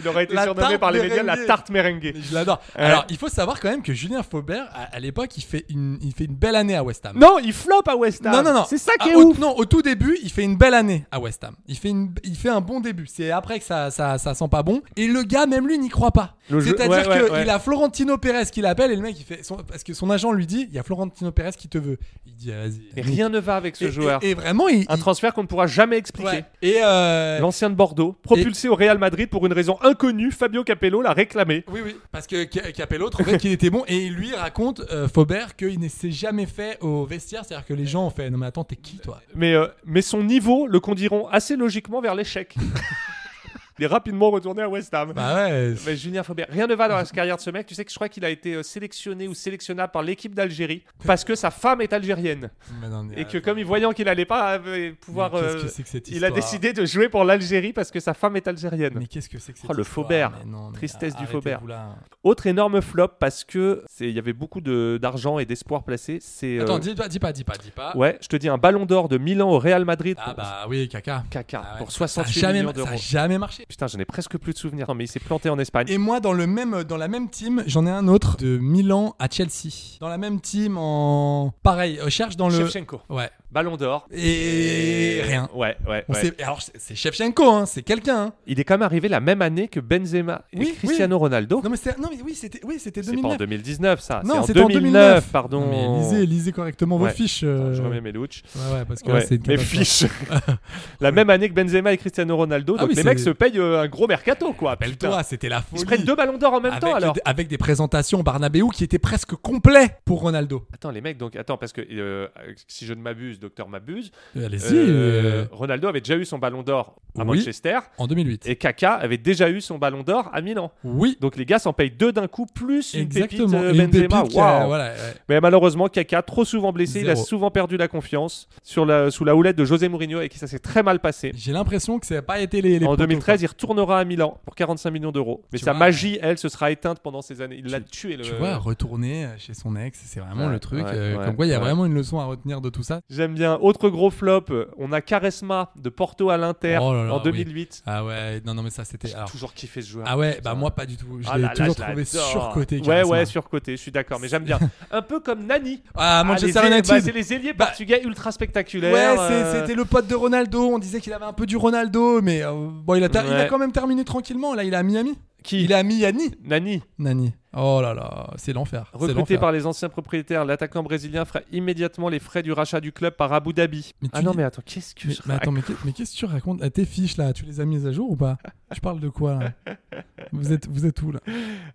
Il aurait été La surnommé tarte par les médias la meringuée. tarte meringuée. Mais Je l'adore. Alors, il faut savoir quand même que Julien Faubert, à, à l'époque, il fait une, il fait une belle année à West Ham. Non, il floppe à West Ham. Non, non, non. C'est ça qui est Ah, au- ouf. non, au tout début, il fait une belle année à West Ham. Il fait, une, il fait un bon début. C'est après que ça, ça, ça sent pas bon. Et le gars, même lui, n'y croit pas. Le jeu- C'est-à-dire ouais, ouais, qu'il ouais. a Florentino Pérez qui l'appelle et le mec, il fait. son- parce que son agent lui dit il y a Florentino Pérez qui te veut. Il dit ah, vas-y. Et rien ne va avec ce Et- joueur. Et, et vraiment, il. un il- transfert qu'on ne pourra jamais expliquer. ouais. Et. euh, L'ancien de Bordeaux, propulsé au Real Madrid pour une raison inconnue, Fabio Capello l'a réclamé. Oui, oui, parce que Ca- Capello trouvait qu'il était bon et lui raconte euh, Faubert qu'il ne s'est jamais fait au vestiaire. C'est-à-dire que les gens ont fait Non, mais attends, t'es qui toi (laughs) Mais, euh, mais son niveau le conduiront assez logiquement vers l'échec. Il est rapidement retourné à West Ham. Bah ouais. Mais Julien Faubert, rien ne va dans la carrière de ce mec. Tu sais que je crois qu'il a été euh, sélectionné ou sélectionnable par l'équipe d'Algérie parce que sa femme est algérienne. Mais non, mais euh, Et que comme il voyant qu'il allait pas euh, pouvoir, Mais qu'est-ce que euh, c'est que cette il a histoire décidé de jouer pour l'Algérie parce que sa femme est algérienne. Mais qu'est-ce que c'est que cette Oh, le histoire Faubert. Mais non, mais Tristesse du arrêtez-vous Faubert. là, hein. Autre énorme flop parce que c'est- il y avait beaucoup de- d'argent et d'espoir placé. C'est euh, Attends, dis pas, dis pas, dis pas, dis pas. ouais, je te dis un Ballon d'Or de Milan au Real Madrid. Ah pour- bah oui, caca. Caca Ah ouais. pour Ça a 68 jamais, millions ça a d'euros. jamais marché. Putain, je n'ai presque plus de souvenirs. Non, mais il s'est planté en Espagne. Et moi, dans, le même, dans la même team, j'en ai un autre de Milan à Chelsea. Dans la même team, en. Pareil, euh, cherche dans le. Shevchenko. Ouais. Ballon d'or. Et rien. Ouais, ouais. On ouais. sait- Alors, c'est- c'est Shevchenko, hein, c'est quelqu'un. hein. Il est quand même arrivé la même année que Benzema et Oui, oui. Cristiano Ronaldo. Non, mais, c'est- non, mais oui, c'était oui, c'était C'est pas en 2009. 2019, ça. Non, c'est c'était en, en 2009, 2009. pardon. Non, mais lisez, lisez correctement Ouais. vos fiches. euh, Attends, je remets mes louches. Ouais, ouais, parce que là, Ouais, c'est une mes catastrophe. fiches. la même année que Benzema et Cristiano Ronaldo. Ah donc oui, les c'est- mecs se payent euh, un gros mercato, quoi. (laughs) Rappelle-toi, Putain. c'était la folie. Ils se prennent deux ballons d'or en même avec, temps, alors. avec des présentations Barnabéou qui étaient presque complets pour Ronaldo. Attends, les mecs, donc, attends, parce que euh, si je ne m'abuse, docteur m'abuse, Euh, euh, Allez-y. euh, Ronaldo avait déjà eu son ballon d'or à Oui. Manchester En 2008. et Kaka avait déjà eu son ballon d'or à Milan. Oui. Donc les gars s'en payent deux d'un coup, plus une Exactement. pépite euh, Et une Benzema. pépite qui a- Waouh. voilà, euh, ouais. Mais malheureusement, Kaka, trop souvent blessé, il a Zéro. souvent perdu la confiance sur la, sous la houlette de José Mourinho et qui ça s'est très mal passé. J'ai l'impression que ça n'a pas été les. les en poteaux, 2013, il retournera à Milan pour 45 millions d'euros. Mais Tu sa vois, magie, elle, se sera éteinte pendant ces années. Il l'a tué. Le... quoi. Tu vois, retourner euh, chez son ex, c'est vraiment euh, Ouais, le truc. ouais, euh, ouais, comme quoi, il y a ouais. vraiment une leçon à retenir de tout ça. J'aime bien. Autre gros flop, euh, on a Caresma de Porto à l'Inter Oh là là, en oui. 2008. Ah ouais, non, non, mais ça, c'était. J'ai alors- toujours kiffé ce joueur. Ah ouais, Putain. bah moi, pas du tout. Je Ah l'ai là là, toujours je trouvé l'adore. surcoté. Ouais, Charisma. ouais, surcoté, je suis d'accord, mais (laughs) j'aime bien. Un peu comme Nani. Ah, Manchester Ah, les ailiers- United. bah, c'est les ailiers Bah, portugais ultra spectaculaires. Ouais, c'est- euh, c'était le pote de Ronaldo. On disait qu'il avait un peu du Ronaldo, mais euh, bon, il a, ter- il Ouais. a quand même terminé tranquillement. Là, il est à Miami. Qui Il est à Miami. Nani, Nani. Oh là là, c'est l'enfer. c'est recruté l'enfer. par les anciens propriétaires, l'attaquant brésilien fera immédiatement les frais du rachat du club par Abu Dhabi. Mais tu ah non, dis- mais attends, qu'est-ce que Mais, je mais attends, mais qu'est- mais qu'est-ce que tu racontes à tes fiches là Tu les as mises à jour ou pas Je parle de quoi là vous êtes, vous êtes où là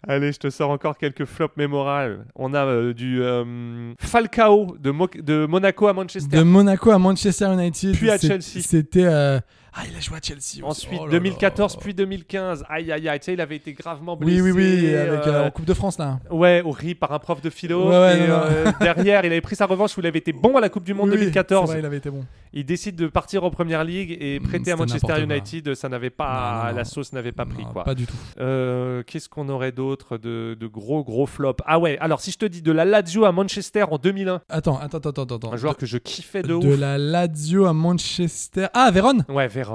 Allez, je te sors encore quelques flops mémorables. On a euh, du euh, Falcao de, Mo- de Monaco à Manchester. De Monaco à Manchester United. Puis à c'est- Chelsea. C'était. euh, Ah, il a joué à Chelsea. aussi. Ensuite, Oh là 2014 là. puis 2015. Aïe, aïe, aïe. Tu sais, il avait été gravement blessé. Oui, oui, oui, avec, euh, euh, en Coupe de France là. Ouais, au RIP par un prof de philo. Ouais, ouais, et, non, non. (laughs) euh, derrière, il avait pris sa revanche où il avait été bon à la Coupe du Monde Oui, oui, 2014. c'est vrai, il avait été bon. Il décide de partir en première ligue et Mm, prêter à c'était Manchester n'importe quoi. United. Ça n'avait pas, Non, non, non. la sauce n'avait pas pris Non, quoi. Pas du tout. Euh, Qu'est-ce qu'on aurait d'autre de, de gros gros flop Ah ouais. Alors si je te dis de la Lazio à Manchester en 2001, Attends, attends, attends, attends. attends. un joueur que je kiffais de, de, ouf. la Lazio à Manchester. Ah, Vérone Ouais, Vérone.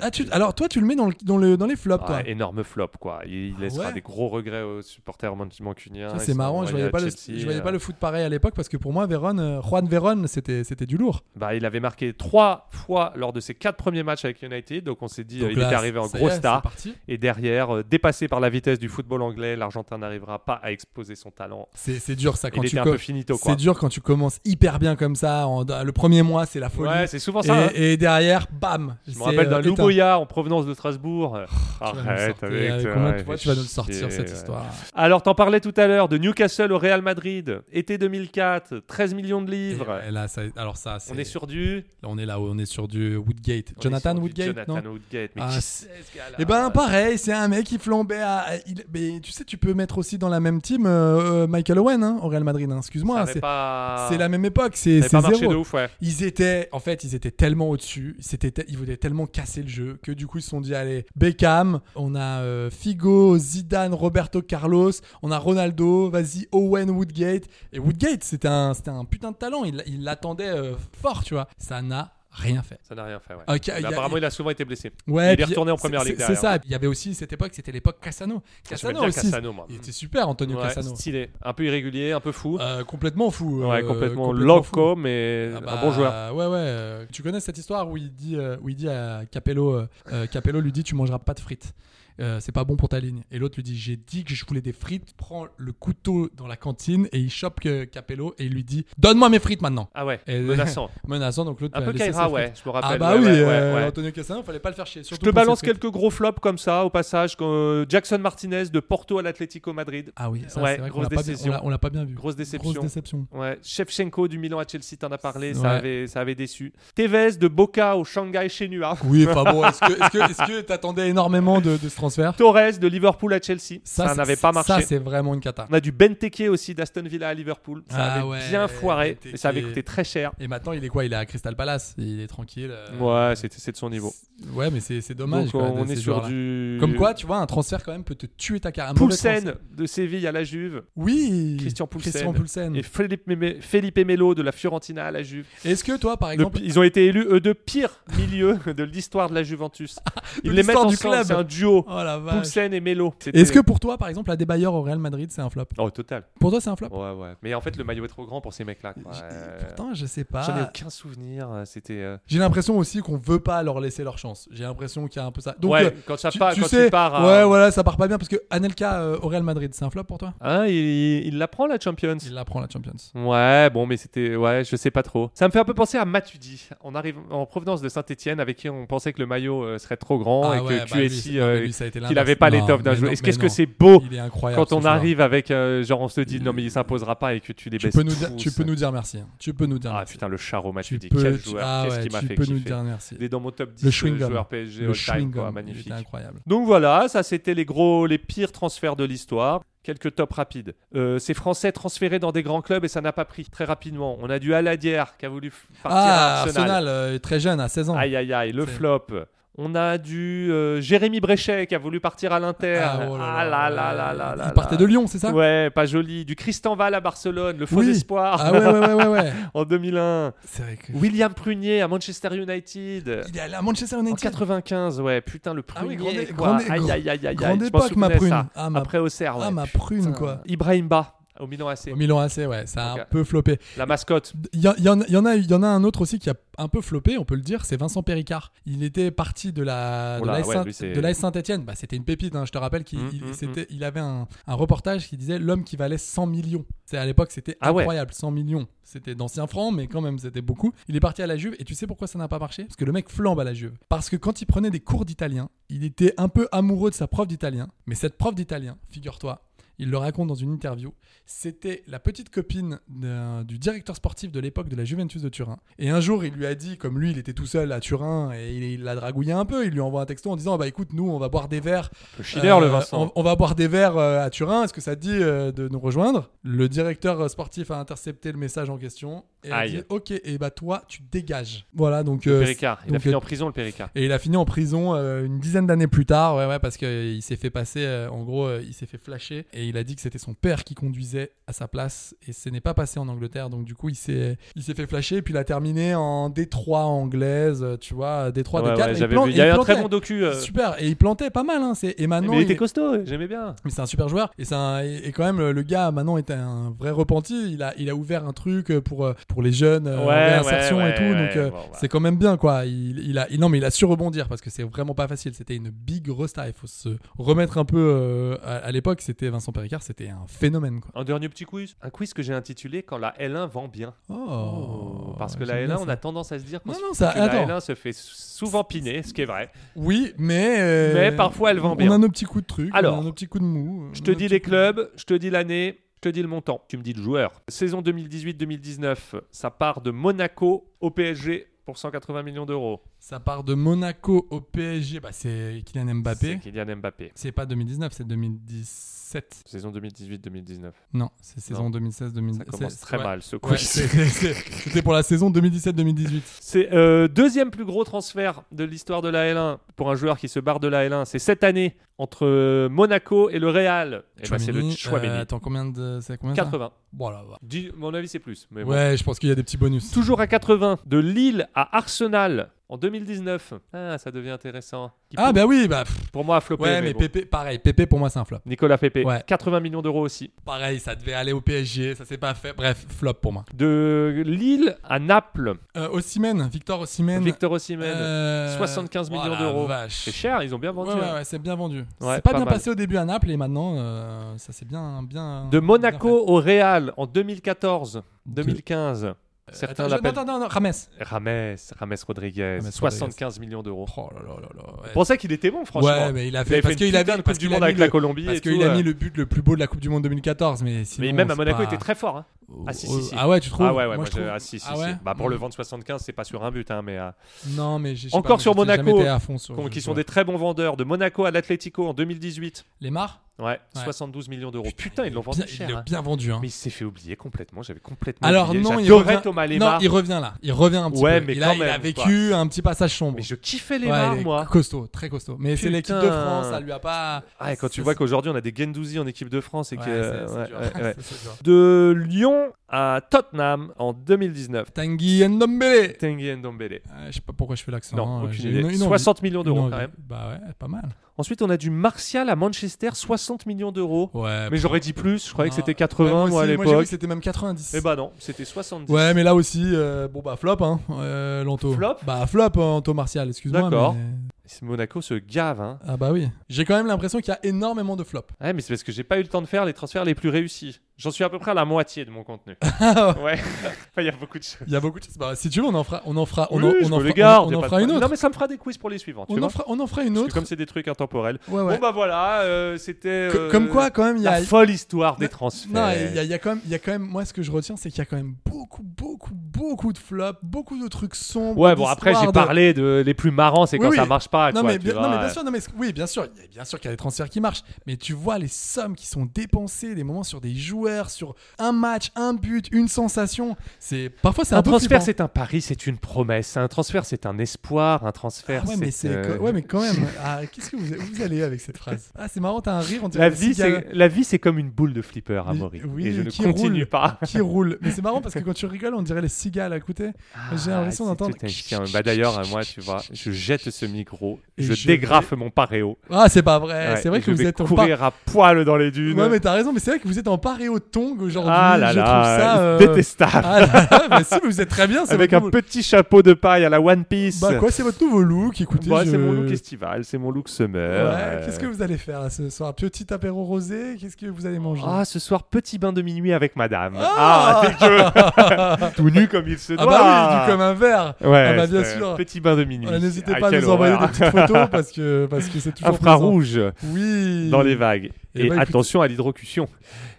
ah, tu... Alors, toi, tu le mets dans, le, dans, le, dans les flops, Ah, toi. énorme flop quoi. Il Ah laissera ouais des gros regrets aux supporters man- mancuniens. Ça, Ils C'est sont marrant, je envoyés voyais, à pas le, Chelsea, je voyais euh. pas le foot pareil à l'époque parce que pour moi, Vérone, euh, Juan Vérone, c'était c'était du lourd. Bah, il avait marqué trois fois lors de ses quatre premiers matchs avec United, donc on s'est dit Donc euh, il là, était arrivé en ça y gros est, star. c'est parti. Et derrière, euh, dépassé par la vitesse du football anglais, l'Argentin n'arrivera pas à exposer son talent. C'est c'est dur ça quand il tu était un co- peu finito, quoi. C'est dur quand tu commences hyper bien comme ça. en- le premier mois, c'est la folie. Ouais, c'est souvent ça. hein. et, euh, et derrière, bam. Je me rappelle d'un Louboya en provenance de Strasbourg. Oh, Arrête avec toi, euh, Comment ouais, tu, vois, fais tu vas nous le chier, sortir cette ouais. histoire Alors, t'en parlais tout à l'heure de Newcastle au Real Madrid, été 2004, 13 millions de Et- livres. et là, ça- alors ça, c'est- on est sur du. là, on est là, on est sur du Woodgate. on est Jonathan sur du Woodgate, non Jonathan Woodgate. Mais Ah, qui c'est- c'est ce gars-là Eh ben pareil, c'est un mec qui flambait à. il- Mais tu sais, tu peux mettre aussi dans la même team euh, euh, Michael Owen hein, au Real Madrid. hein. Ça Excuse-moi, avait c'est pas- c'est la même époque, ça c'est avait c'est pas marché de zéro. ouf, ouais. Ils étaient, en fait, ils étaient tellement au-dessus, c'était, te- ils voulaient tellement casser le jeu que du coup ils se sont dit allez Beckham, on a euh, Figo, Zidane, Roberto Carlos, on a Ronaldo, vas-y Owen Woodgate. Et Woodgate, c'était un, c'était un putain de talent, il il l'attendait euh, fort, tu vois. Ça n'a rien fait. Ça n'a rien fait, ouais. Ok, Ah, il Mais y a- apparemment, il a souvent été blessé. Ouais, il est puis- retourné en c'est- première c'est- ligue C'est derrière. ça. Il y avait aussi cette époque, c'était l'époque Cassano. J'aimais Cassano bien aussi. Cassano, moi. Il était super, Antonio Ouais, Cassano. Stylé. Un peu irrégulier, un peu fou. Euh, complètement fou. ouais, euh, complètement, fou. loco, mais Ah un bah, bon joueur. Ouais, ouais. euh, Tu connais cette histoire où il dit, euh, où il dit à Capello, euh, euh, Capello lui dit, tu mangeras pas de frites. euh, c'est pas bon pour ta ligne. Et l'autre lui dit, j'ai dit que je voulais des frites, prends le couteau dans la cantine et il chope que Capello et il lui dit, donne-moi mes frites maintenant. Ah ouais, Et- (laughs) menaçant. menaçant, donc l'autre Un a peu laissé Kaira, ses ouais, frites. je me rappelle. Ah bah ouais, oui, ouais, euh, ouais, ouais. Antonio Cassano, fallait pas le faire chier. Je surtout te pour ses balance frites. quelques gros flops comme ça, au passage. que Jackson Martinez de Porto à l'Atlético Madrid. Ah oui, ça, Ouais, c'est vrai qu'on grosse l'a pas bien- déception. on l'a- on l'a pas bien vu. Grosse déception. Grosse déception. Ouais. Shevchenko du Milan à Chelsea, t'en as parlé, Ouais. ça, avait, ça avait déçu. Tevez de Boca au Shanghai Shenhua. Oui, enfin bon, est-ce que- est-ce que- est-ce que t'attendais énormément de, de ce transfert Torres de Liverpool à Chelsea, ça, c'est- n'avait pas marché. Ça, c'est vraiment une cata. On a du Benteke aussi d'Aston Villa à Liverpool, ça Ah avait ouais, bien foiré, Benteke. et ça avait coûté très cher. Et maintenant, il est quoi Il est à Crystal Palace. Il est tranquille. euh, Ouais, c'est c'est de son niveau. Ouais, mais c'est c'est Donc, dommage. quoi, de on ces est sur joueurs-là. du. Comme quoi, tu vois, un transfert quand même peut te tuer ta carrière. Un mauvais Poulsen transfert. de Séville à la Juve. Oui. Christian Poulsen. Christian Poulsen. Et Felipe, Meme- Felipe Melo de la Fiorentina à la Juve. Est-ce que toi, par Le exemple, pi- ils ont été élus, eux deux, pires milieux (laughs) de l'histoire de la (laughs) Juventus. Ils les mettent l'histoire ensemble, du club. c'est un duo. Oh la vache. Poulsen et Melo. C'était- est-ce que pour toi, par exemple, la débailleur au Real Madrid, c'est un flop Oh, total. Pour toi, c'est un flop Ouais, ouais. Mais en fait, le maillot est trop grand pour ces mecs-là. quoi. Euh, Pourtant, je sais J'en ai pas. aucun souvenir. euh, C'était. euh, J'ai l'impression aussi qu'on veut pas leur laisser leur chance. J'ai l'impression qu'il y a un peu ça. Donc Ouais, euh, quand ça tu, part- tu quand sais, il part à- ouais, voilà, ça part pas bien parce que Anelka euh, au Real Madrid, c'est un flop pour toi Hein, il, il la prend la Champions. Il la prend la Champions. Ouais, bon, mais c'était. Ouais, je sais pas trop. Ça me fait un peu penser à Matuidi. On arrive en provenance de Saint-Etienne, avec qui on pensait que le maillot euh, serait trop grand Ah et ouais, que bah lui, QSI, c'est- non, mais euh, lui, ça a été qu'il l'inverse. n'avait pas Non, l'étoffe d'un mais joueur. non, Est-ce mais qu'est-ce non. que c'est beau Il est incroyable, quand ce on joueur. arrive avec. euh, genre, on se dit, non, mais il s'imposera pas et que tu les Tu baisses. peux, nous tous. euh. dire, tu peux nous dire merci. hein. Tu peux nous dire Ah merci. putain, le charreau Matuidi. peux- Quel tu- joueur. ah Qu'est-ce ouais, qui m'a tu fait peux kiffer. nous dire merci. Il est dans mon top euh, 10 Le chewing-gum. joueurs PSG Le all-time. quoi, chewing-gum, il Magnifique. était incroyable. Donc voilà, ça c'était les gros, les pires transferts de l'histoire. Quelques tops rapides. Euh, ces Français transférés dans des grands clubs et ça n'a pas pris très rapidement. On a du Aladière qui a voulu f- partir Ah, à Arsenal, Arsenal. euh, très jeune, à 16 ans. Aïe aïe aïe, le C'est- flop. On a du euh, Jérémy Bréchet qui a voulu partir à l'Inter. Ah, oh là Ah là là là là là. Il partait de Lyon, c'est ça Ouais, pas joli. Du Christian Val à Barcelone, le faux Oui. espoir. Ah ouais, ouais, ouais, (laughs) ouais. ouais. en 2001. C'est vrai que. William Prunier à Manchester United. Il est allé à Manchester United. En 95, ouais, putain, le Ah oui, prunier, grande- quoi. grande- aïe, aïe, aïe, aïe, aïe, grande je m'en époque, souvenais, ma prune. ça. Ah, ma- Après Auxerre, ouais. ah, ma prune, quoi. Ibrahim Ba, au Milan AC. Au Milan AC, ouais, ça a Ok. un peu floppé. La mascotte. Il y, a- il y en a- il y en a- il y en a un autre aussi qui a un peu floppé, on peut le dire, c'est Vincent Péricard. Il était parti de la de Oula, l'AS ouais, Saint- lui, c'est- de l'AS Saint-Etienne. Bah, c'était une pépite, hein, je te rappelle qu'il Mm, il- mm, c'était- il avait un, un reportage qui disait l'homme qui valait 100 millions. C'est à l'époque, c'était Ah ouais. incroyable, 100 millions. C'était d'anciens francs, mais quand même, c'était beaucoup. Il est parti à la Juve et tu sais pourquoi ça n'a pas marché Parce que le mec flambe à la Juve. Parce que quand il prenait des cours d'italien, il était un peu amoureux de sa prof d'italien. Mais cette prof d'italien, figure-toi, il le raconte dans une interview, c'était la petite copine d'un- du directeur sportif de l'époque de la Juventus de Turin. Et un jour, il lui a dit, comme lui, il était tout seul à Turin et il, il l'a dragouillé un peu, il lui envoie un texto en disant, Ah bah écoute, nous, on va boire des verres. Le Schiller, le Vincent. Euh, On, on va boire des verres euh, à Turin, est-ce que ça te dit euh, de nous rejoindre Le directeur euh, sportif a intercepté le message en question et a Aïe. dit, ok, et bah toi, tu dégages. Voilà, donc... euh, Péricard. Il a donc, fini euh, en prison, le Péricard. et il a fini en prison euh, une dizaine d'années plus tard, ouais, ouais, parce qu'il s'est fait passer, euh, en gros, euh, il s'est fait flasher et il a dit que c'était son père qui conduisait à sa place et ce n'est pas passé en Angleterre, donc du coup il s'est, il s'est fait flasher et puis il a terminé en D3 anglaise, euh, tu vois, D3, Ouais, ouais, D4. et j'avais plan- vu. et Il y a eu un plantait. très bon docu. euh, Super, et il plantait pas mal, hein, c'est, et maintenant. Mais il était est- costaud, euh, j'aimais bien. mais c'est un super joueur et c'est un- et et quand même le- le gars maintenant est un vrai repenti. Il a il a ouvert un truc pour euh, pour les jeunes euh, Ouais, en réinsertion ouais, et tout. ouais, donc euh, bon, bah. c'est quand même bien quoi. Il, il a il- non mais il a su rebondir parce que c'est vraiment pas facile. C'était une big resta. Il faut se remettre un peu euh, à, à l'époque. C'était Vincent Péricard. C'était un phénomène quoi. Un dernier petit quiz. Un quiz que j'ai intitulé Quand la L1 vend bien. Oh, Parce que la j'aime L1, bien on ça. a tendance à se dire qu'on Non, se- non, ça- que la attends. L1 se fait souvent piner, ce qui est vrai. Oui mais euh, Mais parfois, elle vend bien. On a nos petits coups de truc. Alors, on a nos petits coups de mou. Je on te a nos dis petits les coups de- clubs, je te dis l'année, je te dis le montant. Tu me dis le joueur. Saison 2018-2019, ça part de Monaco au PSG pour 180 millions d'euros. Ça part de Monaco au PSG. Bah c'est Kylian C'est Mbappé. Kylian Mbappé. C'est pas 2019, c'est 2017. Saison 2018-2019. Non, c'est saison 2016-2017. Ça commence C'est- très ouais. mal ce Ouais, quiz. c'est- c'est- c'est- C'était pour la saison 2017-2018. (laughs) c'est euh, deuxième plus gros transfert de l'histoire de la L1 pour un joueur qui se barre de la L1. C'est cette année entre euh, Monaco et le Real. Et ben, c'est le Tchouaméni, euh, Chouameni. attends, combien de. C'est combien ça 80. Bon, là, bah. Dis- mon avis, c'est plus. Mais bon. Ouais, je pense qu'il y a des petits bonus. Toujours à 80, de Lille à Arsenal en 2019. Ah, ça devient intéressant. Qui Ah, pour- bah oui, bah. pff. Pour moi, a flopé. Ouais, mais, mais bon. Pépé, pareil, Pépé pour moi c'est un flop. Nicolas Pépé, Ouais. 80 millions d'euros aussi. Pareil, ça devait aller au PSG, ça s'est pas fait. Bref, flop pour moi. De Lille à Naples, Euh, Ossimène, Victor Ossimène. Victor Osimhen, Euh, 75 millions oh la d'euros. vache. C'est cher, ils ont bien Ouais, vendu. ouais, hein. ouais, c'est bien vendu. Ouais, c'est pas, pas bien mal. passé au début à Naples et maintenant euh, ça s'est bien, bien. De bien Monaco au Real en 2014, 2015. fait. Certains Attends, je- l'appellent Non, non, non, Rames. Rames, Rames Rodriguez, Rames 75 millions d'euros. Oh là là là là. ouais. C'est pour ça qu'il était bon, franchement. Ouais, mais il a fait, avait parce une qu'il avait putain de parce Coupe du qu'il a Monde mis avec le- la Colombie. Parce et qu'il tout, a euh. mis le but le plus beau de la Coupe du Monde 2014, mais sinon. Mais même à c'est Monaco, pas- il était très fort. hein. Ah, si, si, si. Ah ouais, tu trouves Ah ouais, ouais, Moi, moi, je je- trouve- ah, si, si, Ah si. ouais Bah, pour le vendre 75, c'est pas sur un but, hein, mais euh, Non, mais j'ai- je sais Encore pas, sur j'ai jamais Monaco, été à fond sur- con- qui je- sont des très bons vendeurs. De Monaco à l'Atlético en 2018. Les Mars Ouais, 72 millions d'euros. Putain, ils l'ont vendu Bien- Il cher. l'a hein. bien vendu. Hein. Mais il s'est fait oublier complètement. J'avais complètement Alors oublié. non, il J'adorais revient... Thomas non, Lemar. il revient là. Il revient un petit Ouais, peu. mais il, a, quand il a même, vécu un petit passage sombre. Mais je kiffais Ouais, Lemar, il est moi. Costaud, très costaud. Mais c'est Putain. l'équipe de France, ça lui a pas. Ah, et quand tu ça- vois qu'aujourd'hui on a des Gendouzi en équipe de France et Ouais, que euh, c'est- c'est ouais, dur. ouais, (laughs) ouais. C'est dur. de Lyon à Tottenham en 2019. Tanguy Ndombele. Tanguy Ndombele. Euh, je sais pas pourquoi je fais l'accent. Non, hein, aucune j'ai idée. une- une 60 envie. millions Une d'euros, envie. quand même. Bah ouais, pas mal. Ensuite, on a du Martial à Manchester, 60 millions d'euros. Ouais. Ah, Mais j'aurais dit plus, je croyais que Non, c'était ouais, 80 Ah. Bah, moi, Bah, à moi, aussi, j'ai vu que l'époque. c'était même 90. Eh bah non, c'était 70. Ouais, mais là aussi, euh, bon bah flop, hein, euh, Lanto. Flop Bah flop, Lanto Martial, excuse-moi. D'accord. mais- Monaco se gave, hein. Ah bah oui. J'ai quand même l'impression qu'il y a énormément de flops. Ouais, mais c'est parce que j'ai pas eu le temps de faire les transferts les plus réussis. J'en suis à peu près à la moitié de mon (laughs) contenu. Ah ouais. (laughs) Enfin, il y a beaucoup de choses. Il y a beaucoup de choses. Bah, si tu veux, on en fera, on en fera, on Oui, en, on je en me le fera- garde, on y a en pas de fera une problème. autre. Non, mais ça me fera des quiz pour les suivants. tu On en vois. fera, on en fera une Parce que autre. comme c'est des trucs intemporels. Ouais, ouais. Bon bah voilà, euh, c'était. Que- euh, comme quoi, quand même, il y a- la folle histoire des Non, transferts. Non, il y, a- il y a quand même, il y a quand même. Moi, ce que je retiens, c'est qu'il y a quand même beaucoup, beaucoup, beaucoup de flops, beaucoup de trucs sombres. Ouais, bon après d'histoires j'ai de- parlé de les plus marrants, c'est Oui, quand oui. ça marche pas. Non, quoi, mais, tu bien, vois, euh, non, mais bien ouais. sûr, non, mais ce- oui, bien sûr, il y a- bien sûr qu'il y a des transferts qui marchent, mais tu vois les sommes qui sont dépensées, des moments sur des joueurs, sur un match, un but, une sensation. C'est parfois c'est un, Un peu transfert, flippant. c'est un pari, c'est une promesse. Un transfert, c'est un espoir. Un transfert, Ah ouais, mais c'est. c'est euh, co- ouais, mais quand même. ah, qu'est-ce que vous, où vous allez avec cette phrase Ah, c'est marrant, t'as un rire. On dirait La le vie, cigale. c'est la vie, c'est comme une boule de flipper, Amaury. Oui, et je ne qui continue roule, pas. (laughs) Qui roule. Mais c'est marrant parce que quand tu rigoles, on dirait les cigales à côté. J'ai l'impression Ah, c'est d'entendre. tout un chien. Bah d'ailleurs, moi, tu vois, je jette ce micro, Et je, je dégrafe mon paréo. Ah, c'est pas vrai. Ouais, c'est vrai et que je vous vais êtes en par- courir à poil dans les dunes. Ouais, mais t'as raison, mais c'est vrai que vous êtes en paréotong aujourd'hui. Ah là je là, trouve ça euh, détestable. Ah là là, mais si, mais vous êtes très bien. c'est Avec votre un nouveau- petit chapeau de paille à la One Piece. Bah quoi, c'est votre nouveau look. Écoutez, Moi, je- c'est mon look estival, c'est mon look summer. Ouais, euh. Qu'est-ce que vous allez faire là, ce soir Petit apéro rosé. Qu'est-ce que vous allez manger Ah, ce soir, petit bain de minuit avec madame. Ah, (laughs) t'es (laughs) que... Tout nu comme il se doit. Ah bah oui, du comme un verre. Ouais, ah bah bien c'est un sûr. Petit bain de minuit. Voilà, N'hésitez Ah, pas à quel nous envoyer horreur. des petites photos (laughs) parce que parce que c'est toujours présent. Infrarouge Oui. dans les vagues. Eh Et, bah, écoute- attention à l'hydrocution.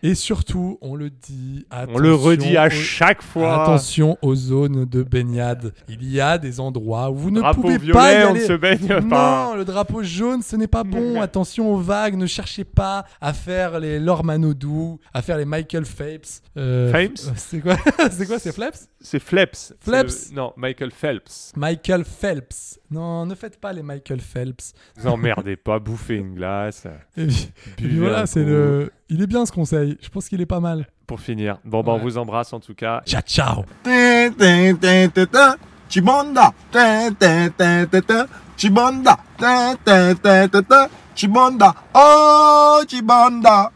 Et surtout, on le dit. On le redit à attention aux- chaque fois. Attention aux zones de baignade. Il y a des endroits où vous ne Drapeau pouvez violet, pas y on aller. ne se baigne non, pas. le drapeau jaune, ce n'est pas (laughs) bon. Attention aux vagues. Ne cherchez pas à faire les Lormanodou, à faire les Michael Phelps. Euh, Phelps euh, C'est quoi (laughs) C'est quoi C'est Phelps C'est Flaps. Flaps. C'est- Non, Michael Phelps. Michael Phelps. Non, ne faites pas les Michael Phelps. Vous emmerdez pas, bouffez une glace. Et puis, et puis Buvez voilà, un c'est coup. le. Il est bien ce conseil. Je pense qu'il est pas mal. Pour finir, bon, bah, on Ouais. vous embrasse en tout cas. Ciao, ciao. Tin, tin, tin, tin, tin. Chibonda. Tin, tin, tin, tin, tin. Chibonda. Tin, tin, tin, tin, tin. Chibonda. Oh, Chibonda.